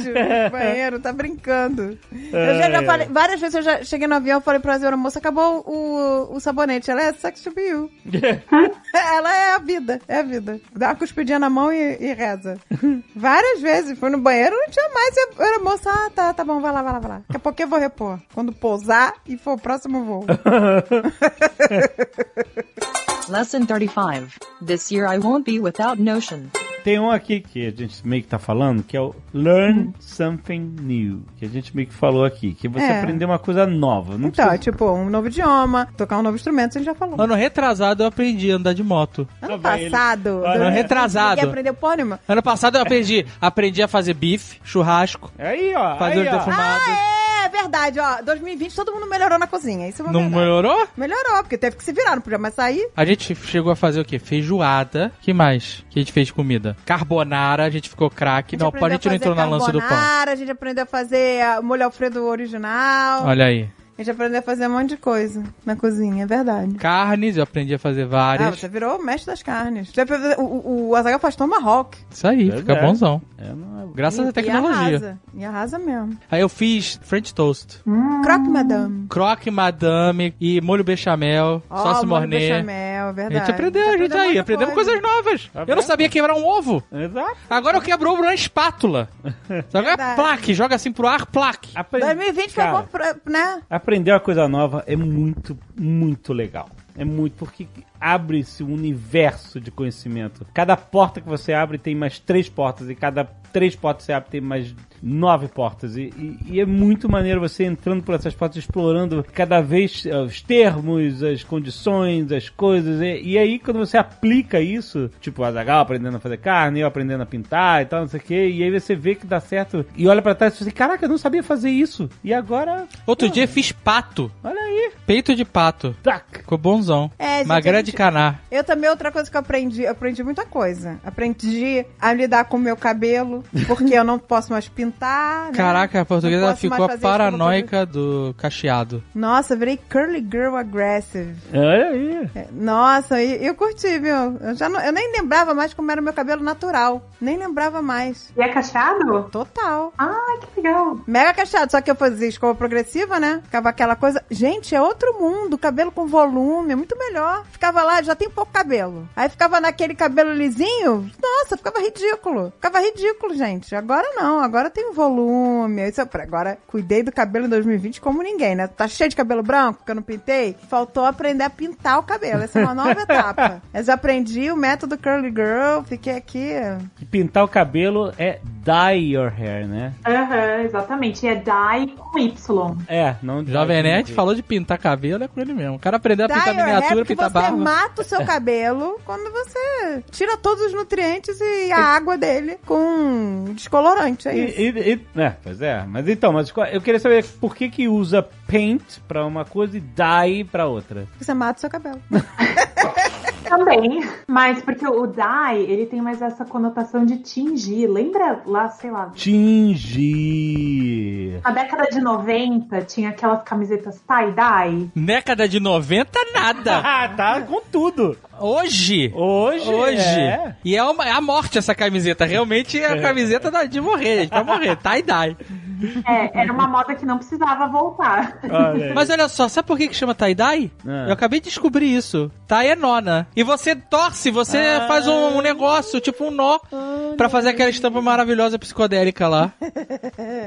no banheiro, tá brincando. eu já, já falei, várias vezes eu já cheguei no avião e falei pra senhora moça, acabou o, o sabonete. Ela é sex to be you. Ela é a vida, é a vida. Dá uma cuspidinha na mão e, e reza. Várias vezes, fui no banheiro, não tinha mais. Eu era moça, ah, tá, tá bom, vai lá, vai lá, vai lá. Daqui a pouco eu vou repor. Quando pousar e for o próximo voo. Lesson 35. This year I won't be without Notion. tem um aqui que a gente meio que tá falando, que é o Learn Something New, que a gente meio que falou aqui, que você É. aprender uma coisa nova. Não Então, é precisa... tipo, um novo idioma, tocar um novo instrumento, a gente já falou. Ano retrasado eu aprendi a andar de moto. Ano Tá bem, ele- passado. Ano durante- retrasado. Ninguém aprendeu porra nenhuma. Ano passado eu aprendi, aprendi a fazer bife, churrasco, Aí, ó. fazer aí, os ó. Ah! defumados. É verdade, ó. 2020 todo mundo melhorou na cozinha. Isso é uma Não verdade. melhorou? Melhorou, porque teve que se virar, não podia mais sair. A gente chegou a fazer o quê? Feijoada. que mais que a gente fez de comida? Carbonara, a gente ficou craque. Não, pô, a gente não entrou na lança do pão. A gente aprendeu a fazer ah, molho alfredo original. Olha aí. A gente aprendeu a fazer um monte de coisa na cozinha, é verdade. Carnes, eu aprendi a fazer Ah, várias. você virou o mestre das carnes. Você aprendeu- O, o, o Azaghal faz tomahawk. Isso aí, fica Verdade. bonzão. É, não é- Graças E- à tecnologia. E arrasa, Hum. e arrasa mesmo. Aí eu fiz French toast, Croque madame. croque madame e molho bechamel, Ó, sauce molho mornay. bechamel, é A verdade. gente aprendeu, a gente aí, muita aprendemos coisa. coisas novas. eu não Tá vendo? sabia quebrar um ovo. é- Exato. Agora eu quebro o ovo na espátula. Agora é Verdade. plaque, joga assim pro ar, plaque. Apre- 2020 foi Cara, bom, pra, né? Aprender uma coisa nova é muito, muito legal. É muito, porque abre-se um universo de conhecimento. Cada porta que você abre tem mais três portas, e cada três portas que você abre tem mais nove portas. E, e- e é muito maneiro você entrando por essas portas, explorando cada vez eh, os termos, as condições, as coisas. E, e aí, quando você aplica isso, tipo o Azagal aprendendo a fazer carne, eu aprendendo a pintar e tal, não sei o quê, e aí você vê que dá certo. E olha pra trás e fala assim: caraca, eu não sabia fazer isso. E agora. Outro dia fiz pato, Olha aí. peito de pato. Tac. Ficou bonzão. É, gente, Magrela a gente- de caná. Eu também, outra coisa que eu aprendi, eu aprendi muita coisa. Aprendi a lidar com o meu cabelo, porque eu não posso mais pintar. né? Caraca, a Não portuguesa posso mais ficou a fazer isso que eu vou paranoica do cacheado. Nossa, eu virei curly girl aggressive. Olha aí. É, Nossa, e eu curti, viu? Eu, já não- eu nem lembrava mais como era o meu cabelo natural. Nem lembrava mais. E é cacheado? Total. Ah, que legal. Mega cacheado, só que eu fazia escova progressiva, né? Ficava aquela coisa. Gente, é outro mundo. Cabelo com volume, é muito melhor. Ficava lá, já tem pouco cabelo. Aí ficava naquele cabelo lisinho. Nossa, ficava ridículo. Ficava ridículo, gente. Agora não, agora tem volume. Isso é- Agora, cuidei do cabelo em 2020 como ninguém, né? Tá cheio de cabelo branco que eu não pintei. Faltou aprender a pintar o cabelo. Essa é uma nova etapa. Mas aprendi o método Curly Girl, fiquei aqui. Que pintar o cabelo é dye your hair, né? Aham, exatamente. E é dye com Y. É, não dye Jovem com Nerd Y. falou de pintar cabelo, é com ele mesmo. O cara aprendeu a pintar Dye your hair, miniatura, é porque pintar você barba. mata o seu cabelo quando você tira todos os nutrientes e a água dele com descolorante, é E, isso. e, e- é, pois é. Mas então, mas qual- eu queria saber por que que usa paint pra uma coisa e dye pra outra. Você mata o seu cabelo. Também. Mas porque o dye, ele tem mais essa conotação de tingir. Lembra lá, sei lá, Tingir. na década de 90 tinha aquelas camisetas tie-dye? Década de 90, nada. Ah, tá com tudo. Hoje. Hoje. Hoje. é. E é, uma- é a morte essa camiseta. Realmente é a camiseta da- de morrer, gente. Pra morrer. Tie-dye. É, era uma moda que não precisava voltar. Olha aí. Mas olha só, sabe por que, que chama tie-dye? Ah. Eu acabei de descobrir isso. Tie é nó, né? E você torce, você faz um, um negócio, tipo um nó, pra fazer aquela estampa maravilhosa psicodélica lá.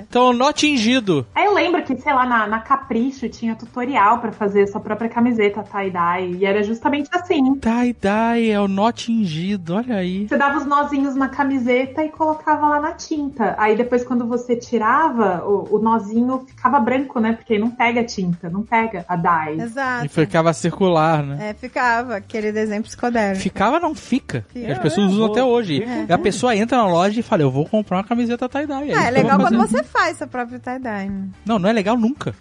Então, o nó tingido. Aí eu lembro que, sei lá, na, na Capricho tinha tutorial pra fazer sua própria camiseta tie-dye. E era justamente assim. Tie-dye é o nó tingido, olha aí. Você dava os nozinhos na camiseta e colocava lá na tinta. Aí depois, quando você tirava, o, o nozinho ficava branco, né? Porque não pega a tinta, não pega a Hum. dye. E Exato. ficava circular, né? É, ficava aquele desenho psicodélico. Ficava não fica. É. Fica. As pessoas É, usam vou- até hoje. fica. E a pessoa entra na loja e fala, eu vou comprar uma camiseta tie-dye. Ah, é isso que eu legal vou quando fazer. você faz seu próprio tie-dye. né? Não, não é legal nunca.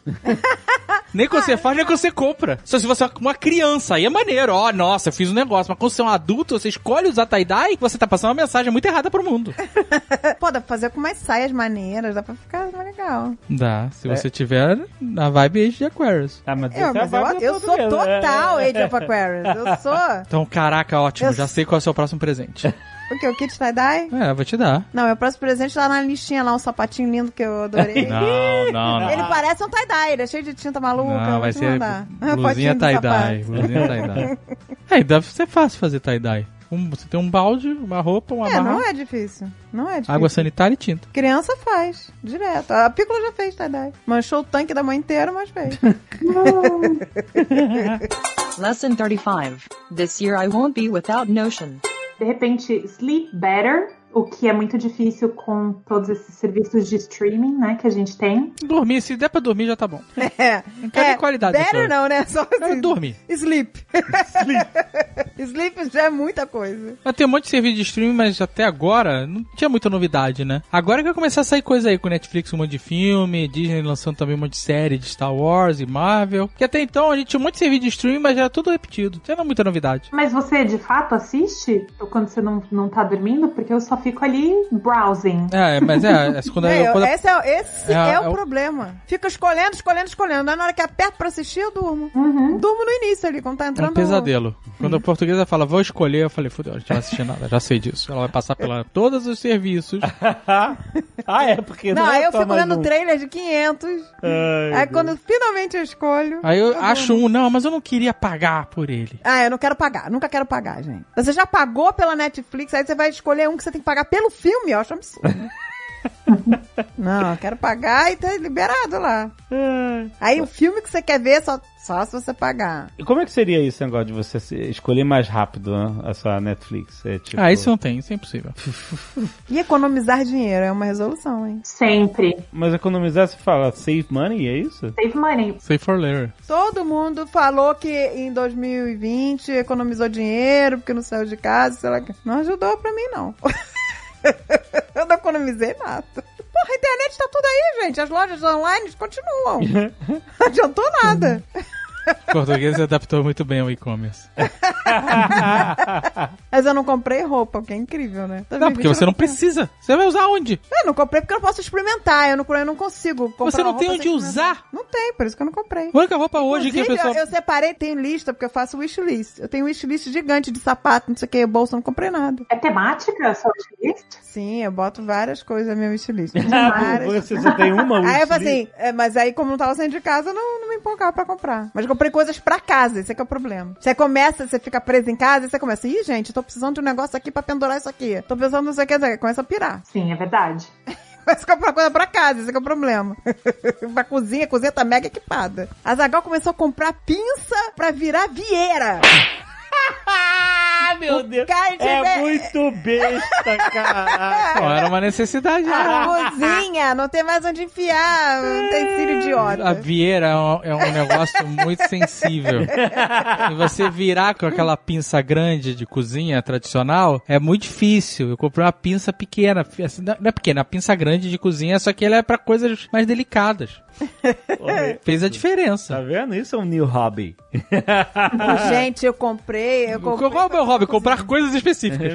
nem Ah, quando é você faz, nem quando você compra. Só se você é uma criança, aí é maneiro. Ó, nossa, eu fiz um negócio. Mas quando você é um adulto, você escolhe usar tie-dye, você tá passando uma mensagem muito errada pro mundo. É, Pô, dá pra fazer com umas saias maneiras, dá pra ficar mais legal. Dá, se você tiver na vibe Age de Aquarius. Ah, mas, Eu, essa é a mas eu, vibe eu sou portuguesa, né? total Age of Aquarius. Eu sou. Então, caraca, ótimo. Eu- Já sei qual é o seu próximo presente. O que? O kit tie-dye? é, eu vou te dar. Não, meu próximo presente tá na listinha lá, um sapatinho lindo que eu adorei. Não, não, não. Ele parece um tie-dye, ele é cheio de tinta maluca. eu Ah. Não, vou vai te ser mandar. blusinha Fotinho do tie-dye. sapato. Blusinha tie-dye. é, deve ser fácil fazer tie-dye. Um- você tem um balde, uma roupa, uma É, barra, não é difícil. Não é difícil. água sanitária e tinta. Criança faz, direto. A Pícola já fez tie-dye. Manchou o tanque da mãe inteira, mas fez. Lesson 35. This year I won't be without Notion. de repente, sleep better, o que é muito difícil com todos esses serviços de streaming, né, que a gente tem. Dormir, se der pra dormir, já tá bom. É. Não quero nem qualidade É da Better sua- não, né? Só Quero assim, dormir. sleep. sleep já é muita coisa. Mas tem um monte de serviço de streaming, mas até agora não tinha muita novidade, né? Agora que vai começar a sair coisa aí com Netflix, um monte de filme, Disney lançando também um monte de série de Star Wars e Marvel. Que até então a gente tinha um monte de serviço de streaming, mas era tudo repetido. Não tinha muita novidade. Mas você, de fato, assiste quando você não, não tá dormindo? Porque eu só fico ali browsing. É, mas é, é quando, É, quando- esse é, esse É, é, é o o- problema. Fico escolhendo, escolhendo, escolhendo. Aí na hora que aperto pra assistir, eu durmo. Uhum. Durmo no início ali, quando tá É entrando. um pesadelo. Quando a portuguesa fala, vou escolher, eu falei, fudeu, a gente não vai assistir nada, já sei disso. Ela vai passar pela todos os serviços. ah, é porque Não, não aí é eu só fico mais olhando É um. trailer de 500. aí quando finalmente eu escolho. Aí eu durmo. acho um, não, mas eu não queria pagar por ele. Ah, eu não quero pagar. Nunca quero pagar, gente. Você já pagou pela Netflix, aí você vai escolher um que você tem que pagar pelo filme. Eu acho um absurdo. não, eu quero pagar e tá liberado lá. Aí o filme que você quer ver, é só, só se você pagar. E como é que seria isso, negócio de você se- escolher mais rápido né, a sua Netflix? É tipo... Ah, isso um não tem, isso é impossível. E economizar dinheiro é uma resolução, hein? Sempre. Mas economizar, você fala save money, é isso? Save money. Save for later. Todo mundo falou que em 2020 economizou dinheiro porque não saiu de casa, sei lá. o quê. Não ajudou pra mim, não. Eu não economizei nada. Porra, a internet tá tudo aí, gente. As lojas online continuam. Não adiantou nada. O português se adaptou muito bem ao e-commerce. Mas eu não comprei roupa, o que é incrível, né? Não, porque você não precisa. Você vai usar onde? Eu não comprei porque eu não posso experimentar. Eu não, eu não consigo comprar Você não uma tem roupa onde sem experimentar. usar. Não tem, por isso que eu não comprei. A única roupa hoje que a Inclusive, pessoa. eu, eu separei, tenho lista, porque eu faço wishlist. Eu tenho wishlist gigante de sapato, não sei o que, bolsa, eu não comprei nada. É temática, só list? Sim, eu boto várias coisas na minha wishlist. Ah, Várias. você só tem uma Aí eu falei wishlist? assim, é, mas aí como não tava saindo de casa, eu não, não me empolgava pra comprar. Mas eu comprei coisas pra casa, esse é que é o problema. Você começa, você fica preso em casa, e você começa, ih, gente, tô precisando de um negócio aqui pra pendurar isso aqui. Tô pensando não sei o que, não sei o que. começa a pirar. Sim, é verdade. Começa a comprar coisa pra casa, esse que é o problema. pra cozinha, a cozinha tá mega equipada. A Zagal começou a comprar pinça pra virar vieira. Ah, meu Deus! cara de é be- muito besta, cara! Pô, era uma necessidade. A né? cozinha, não tem mais onde enfiar um tecido A idiota. vieira é um- é um negócio muito sensível. E você virar com aquela pinça grande de cozinha tradicional é muito difícil. Eu comprei uma pinça pequena. assim, não não é pequena, a pinça grande de cozinha, só que ela é pra coisas mais delicadas. Olha, Fez a Tá diferença. vendo? Isso é um new hobby. Gente, eu comprei, eu comprei. Qual é o meu hobby? Comprar coisas específicas.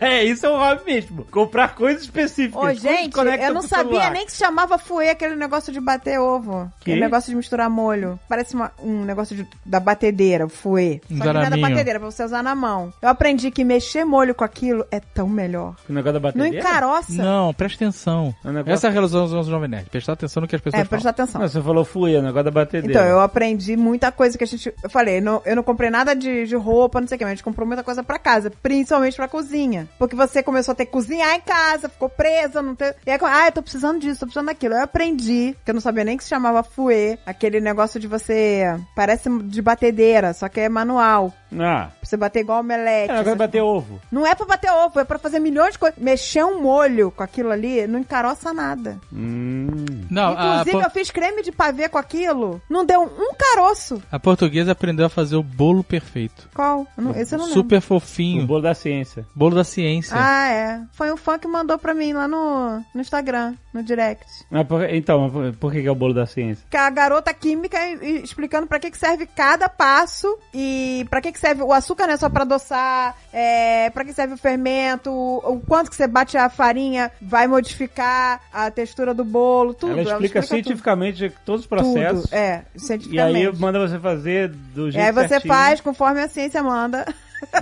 É, isso é um hobby mesmo. Comprar coisas específicas. Ô, coisas é? que gente, conectam eu não com o sabia celular. nem que se chamava fouet, aquele negócio de bater ovo. Que? Aquele negócio de misturar molho. Parece uma- um negócio de- da batedeira, o fouet. Só Um que não é da araminho. batedeira, pra você usar na mão. Eu aprendi que mexer molho com aquilo é tão melhor. O negócio da Não bateria? encaroça. Não, presta atenção. É um negócio- Essa é a resolução do Jovem Nerd. Prestar atenção no que as pessoas É, presta falam. atenção. Não, você falou fui, é o negócio da batedeira. Então, eu aprendi muita coisa que a gente. Eu falei, não- eu não comprei nada de, de roupa, não sei o que, mas a gente comprou muita coisa pra casa, principalmente pra cozinha. Porque você começou a ter que cozinhar em casa, ficou presa, não tem. E aí, ah, eu tô precisando disso, tô precisando daquilo. Eu aprendi, que eu não sabia nem que se chamava fouet, aquele negócio de você. Parece de batedeira, só que é manual. Ah, Pra você bater igual é omelete. o negócio da essas bater ovo. não é pra bater ovo, é pra fazer milhões de coisas. Mexer um molho com aquilo ali não encaroça nada. Hum. Não, a, Inclusive, po- eu fiz creme de pavê com aquilo, não deu um caroço. a portuguesa aprendeu a fazer o bolo perfeito. Qual? Eu não- esse eu não lembro. Super O fofinho. bolo da ciência. Bolo da ciência. Ah, é. Foi o fã que mandou pra mim lá no, no Instagram, no direct. Mas por- então, mas por que que é o bolo da ciência? Que a garota química e- e explicando pra que, que serve cada passo e pra que, que serve o açúcar, né? Só pra adoçar, é, pra que serve o fermento, o, o quanto que você bate a farinha vai modificar a textura do bolo, tudo. Ela explica, cientificamente todos os tudo. processos. Tudo, E é, aí cientificamente. manda você fazer do E jeito aí você certinho, faz conforme a ciência manda.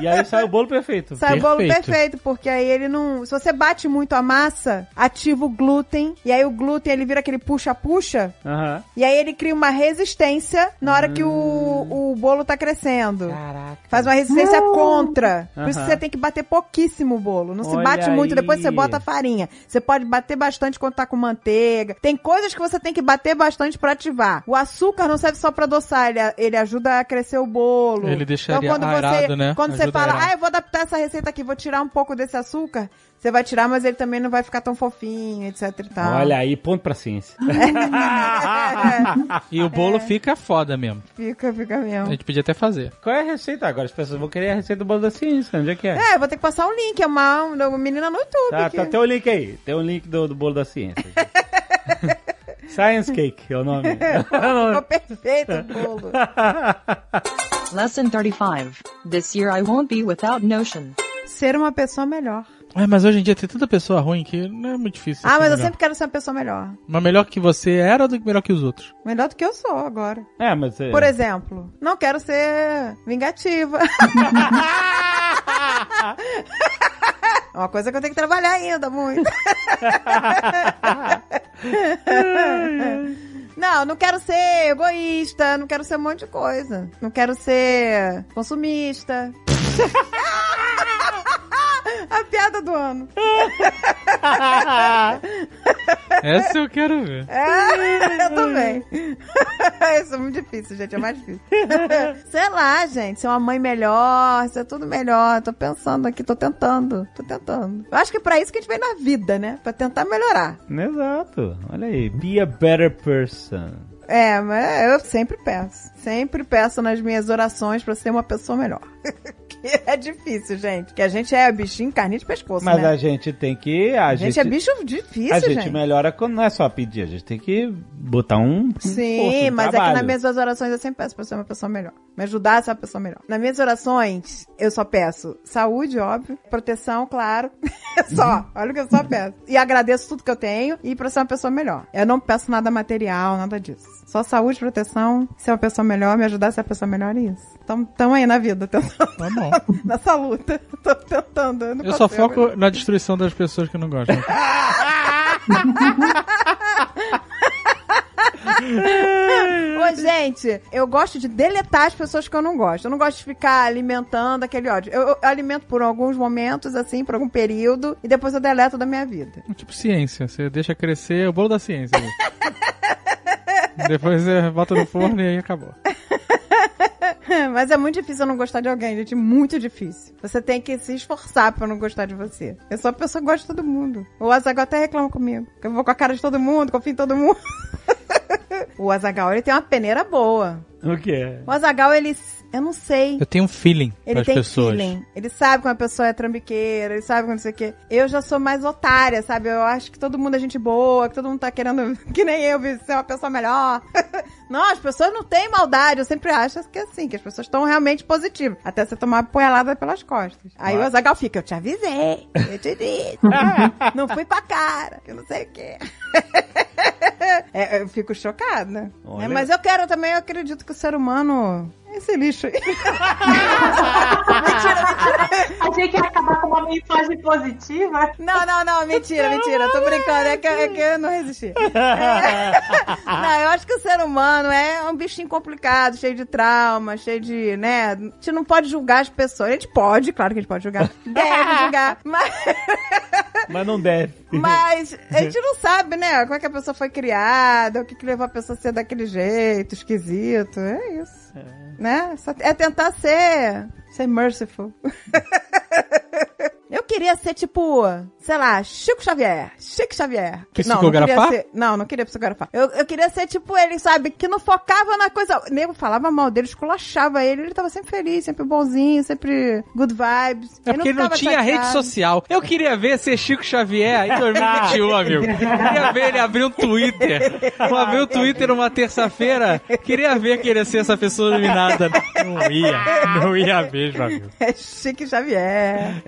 E aí sai o bolo perfeito. Sai o bolo Perfeito. perfeito, porque aí ele não. Se você bate muito a massa, ativa o glúten. E aí o glúten ele vira aquele puxa-puxa. Aham. E aí ele cria uma resistência na hora que o, o bolo tá crescendo. Hum. Caraca. Faz uma resistência contra. Por isso que Aham. você tem que bater pouquíssimo o bolo. Não se Olha bate muito, depois você aí. bota a farinha. Você pode bater bastante quando tá com manteiga. Tem coisas que você tem que bater bastante pra ativar. O açúcar não serve só pra adoçar, ele, ele ajuda a crescer o bolo. Então, Ele deixaria quando você- aerado, né? Quando quando você Ajuda fala, ela. ah, eu vou adaptar essa receita aqui, vou tirar um pouco desse açúcar, você vai tirar, mas ele também não vai ficar tão fofinho, etc e tal. Olha aí, ponto pra ciência. Ah, E o é. bolo fica foda mesmo. Fica, fica A mesmo. gente podia até fazer. Qual é a receita agora? As pessoas vão querer a receita do bolo da ciência, onde é que é? É, eu vou ter que passar um link, é uma, uma menina no YouTube. Tá, que- tá, tem o link aí. Tem o link do, do bolo da ciência. Science Cake é o nome. Ficou perfeito o bolo. Lesson 35. This year I won't be without Notion. Ser uma pessoa melhor. Ué, É, mas hoje em dia tem tanta pessoa ruim que não é muito difícil. Ah, ser mas eu melhor. sempre quero ser uma pessoa melhor. Mas melhor que você era do que melhor que os outros. Melhor do que eu sou agora. É, mas... é- Por exemplo, não quero ser vingativa. É uma coisa que eu tenho que trabalhar ainda muito. Não, não quero ser egoísta, não quero ser um monte de coisa. Não quero ser consumista. A piada do ano. Essa eu quero ver. É, eu também. Isso é muito difícil, gente. É mais difícil. Sei lá, gente. Ser uma mãe melhor, ser tudo melhor. Tô pensando aqui, tô tentando. Tô tentando. Eu acho que é pra isso que a gente vem na vida, né? Pra tentar melhorar. Exato. Olha aí. Be a better person. É, mas eu sempre peço. Sempre peço nas minhas orações pra ser uma pessoa melhor. que é difícil, gente. Que a gente é bichinho carne de pescoço, Mas né? a gente tem que... A, A gente, é bicho difícil, A gente, melhora quando não é só pedir, a gente tem que botar um. um força Sim, no mas é que trabalho. nas minhas orações eu sempre peço pra ser uma pessoa melhor. Me ajudar a ser uma pessoa melhor. Nas minhas orações, eu só peço saúde, óbvio, proteção, claro. É só. Olha o que eu só peço. E agradeço tudo que eu tenho e pra ser uma pessoa melhor. Eu não peço nada material, nada disso. Só saúde, proteção, ser uma pessoa melhor, me ajudar a ser uma pessoa melhor e isso. Então, tamo aí na vida, tentando. Tá bom. Nessa luta. Tô tentando. não Eu só consigo. foco na destruição das pessoas que eu não gostam. Ô, gente, eu gosto de deletar as pessoas que eu não gosto. Eu não gosto de ficar alimentando aquele ódio. Eu, eu alimento por alguns momentos, assim, por algum período, e depois eu deleto da minha vida. Tipo ciência, você deixa crescer o bolo da ciência. Depois você bota no forno e aí acabou. Mas é muito difícil eu não gostar de alguém, gente. Muito difícil. Você tem que se esforçar pra eu não gostar de você. Eu sou a pessoa que gosta de todo mundo. O Azagal até reclama comigo. que Eu vou com a cara de todo mundo, confio em todo mundo. o Azagal, ele tem uma peneira boa. O que é? O Azagal, ele. Eu não sei. Eu tenho um feeling Ele das tem pessoas. feeling. Ele sabe quando a pessoa é trambiqueira, ele sabe quando não sei o quê. Eu já sou mais otária, sabe? Eu acho que todo mundo é gente boa, que todo mundo tá querendo, que nem eu, ser uma pessoa melhor. não, as pessoas não têm maldade. Eu sempre acho que é assim, que as pessoas estão realmente positivas. Até você tomar uma punhalada pelas costas. Aí o Azagal fica, eu te avisei, eu te disse. não fui pra cara, que não sei o quê. É, eu fico chocada. Olha. É, mas eu quero também, eu acredito que o ser humano é esse lixo aí. Achei que ia acabar com uma mensagem positiva. Não, não, não, mentira, mentira. Tô brincando, é que, é que eu não resisti. É. não, eu acho que o ser humano é um bichinho complicado, cheio de trauma, cheio de, né? A gente não pode julgar as pessoas. A gente pode, claro que a gente pode julgar. Deve julgar. Mas, Mas não deve. mas a gente não sabe, né? Como é que a pessoa foi criada, o que, que levou a pessoa a ser daquele jeito, esquisito. É isso. Né? Só- É tentar ser. ser merciful. Eu queria ser tipo, sei lá, Chico Xavier. Chico Xavier. Não, não Psicografar? queria ser, não, não queria psicografar. Eu, eu queria ser tipo ele, sabe? Que não focava na coisa. O nego falava mal dele, esculachava ele. Ele tava sempre feliz, sempre bonzinho, sempre good vibes. É porque ele não ficava tinha rede chateado. social. Eu queria ver ser Chico Xavier em 2021, amigo. Queria ver ele abrir um Twitter. Ou abrir o Twitter numa terça-feira. Queria ver que ele ia ser essa pessoa iluminada. Não ia. Não ia mesmo, amigo. É Chico Xavier.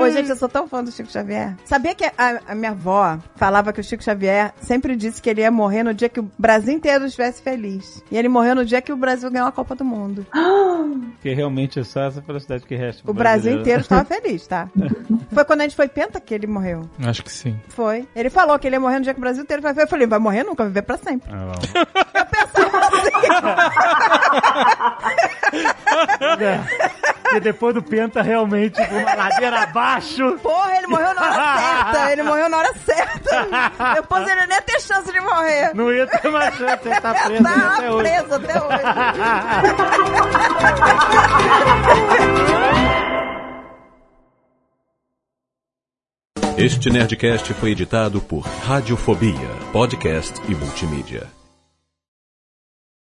Ô, gente, eu sou tão fã do Chico Xavier. Sabia que a, a minha avó falava que o Chico Xavier sempre disse que ele ia morrer no dia que o Brasil inteiro estivesse feliz. E ele morreu no dia que o Brasil ganhou a Copa do Mundo. Ah. Porque realmente é só essa velocidade que resta. pro O Brasil brasileiro. inteiro estava feliz, tá? Foi quando a gente foi penta que ele morreu. Acho que sim. Foi. Ele falou que ele ia morrer no dia que o Brasil inteiro vai Eu falei, vai morrer nunca, vai viver pra sempre. Ah, bom. Eu pensava assim. É. E depois do Penta, realmente, com uma ladeira abaixo. Porra, ele morreu na hora certa. Ele morreu na hora certa. Depois ele nem ia ter chance de morrer. Não ia ter mais chance, ele tá preso aí Tá até hoje. preso até hoje. Este Nerdcast foi editado por Radiofobia, podcast e multimídia.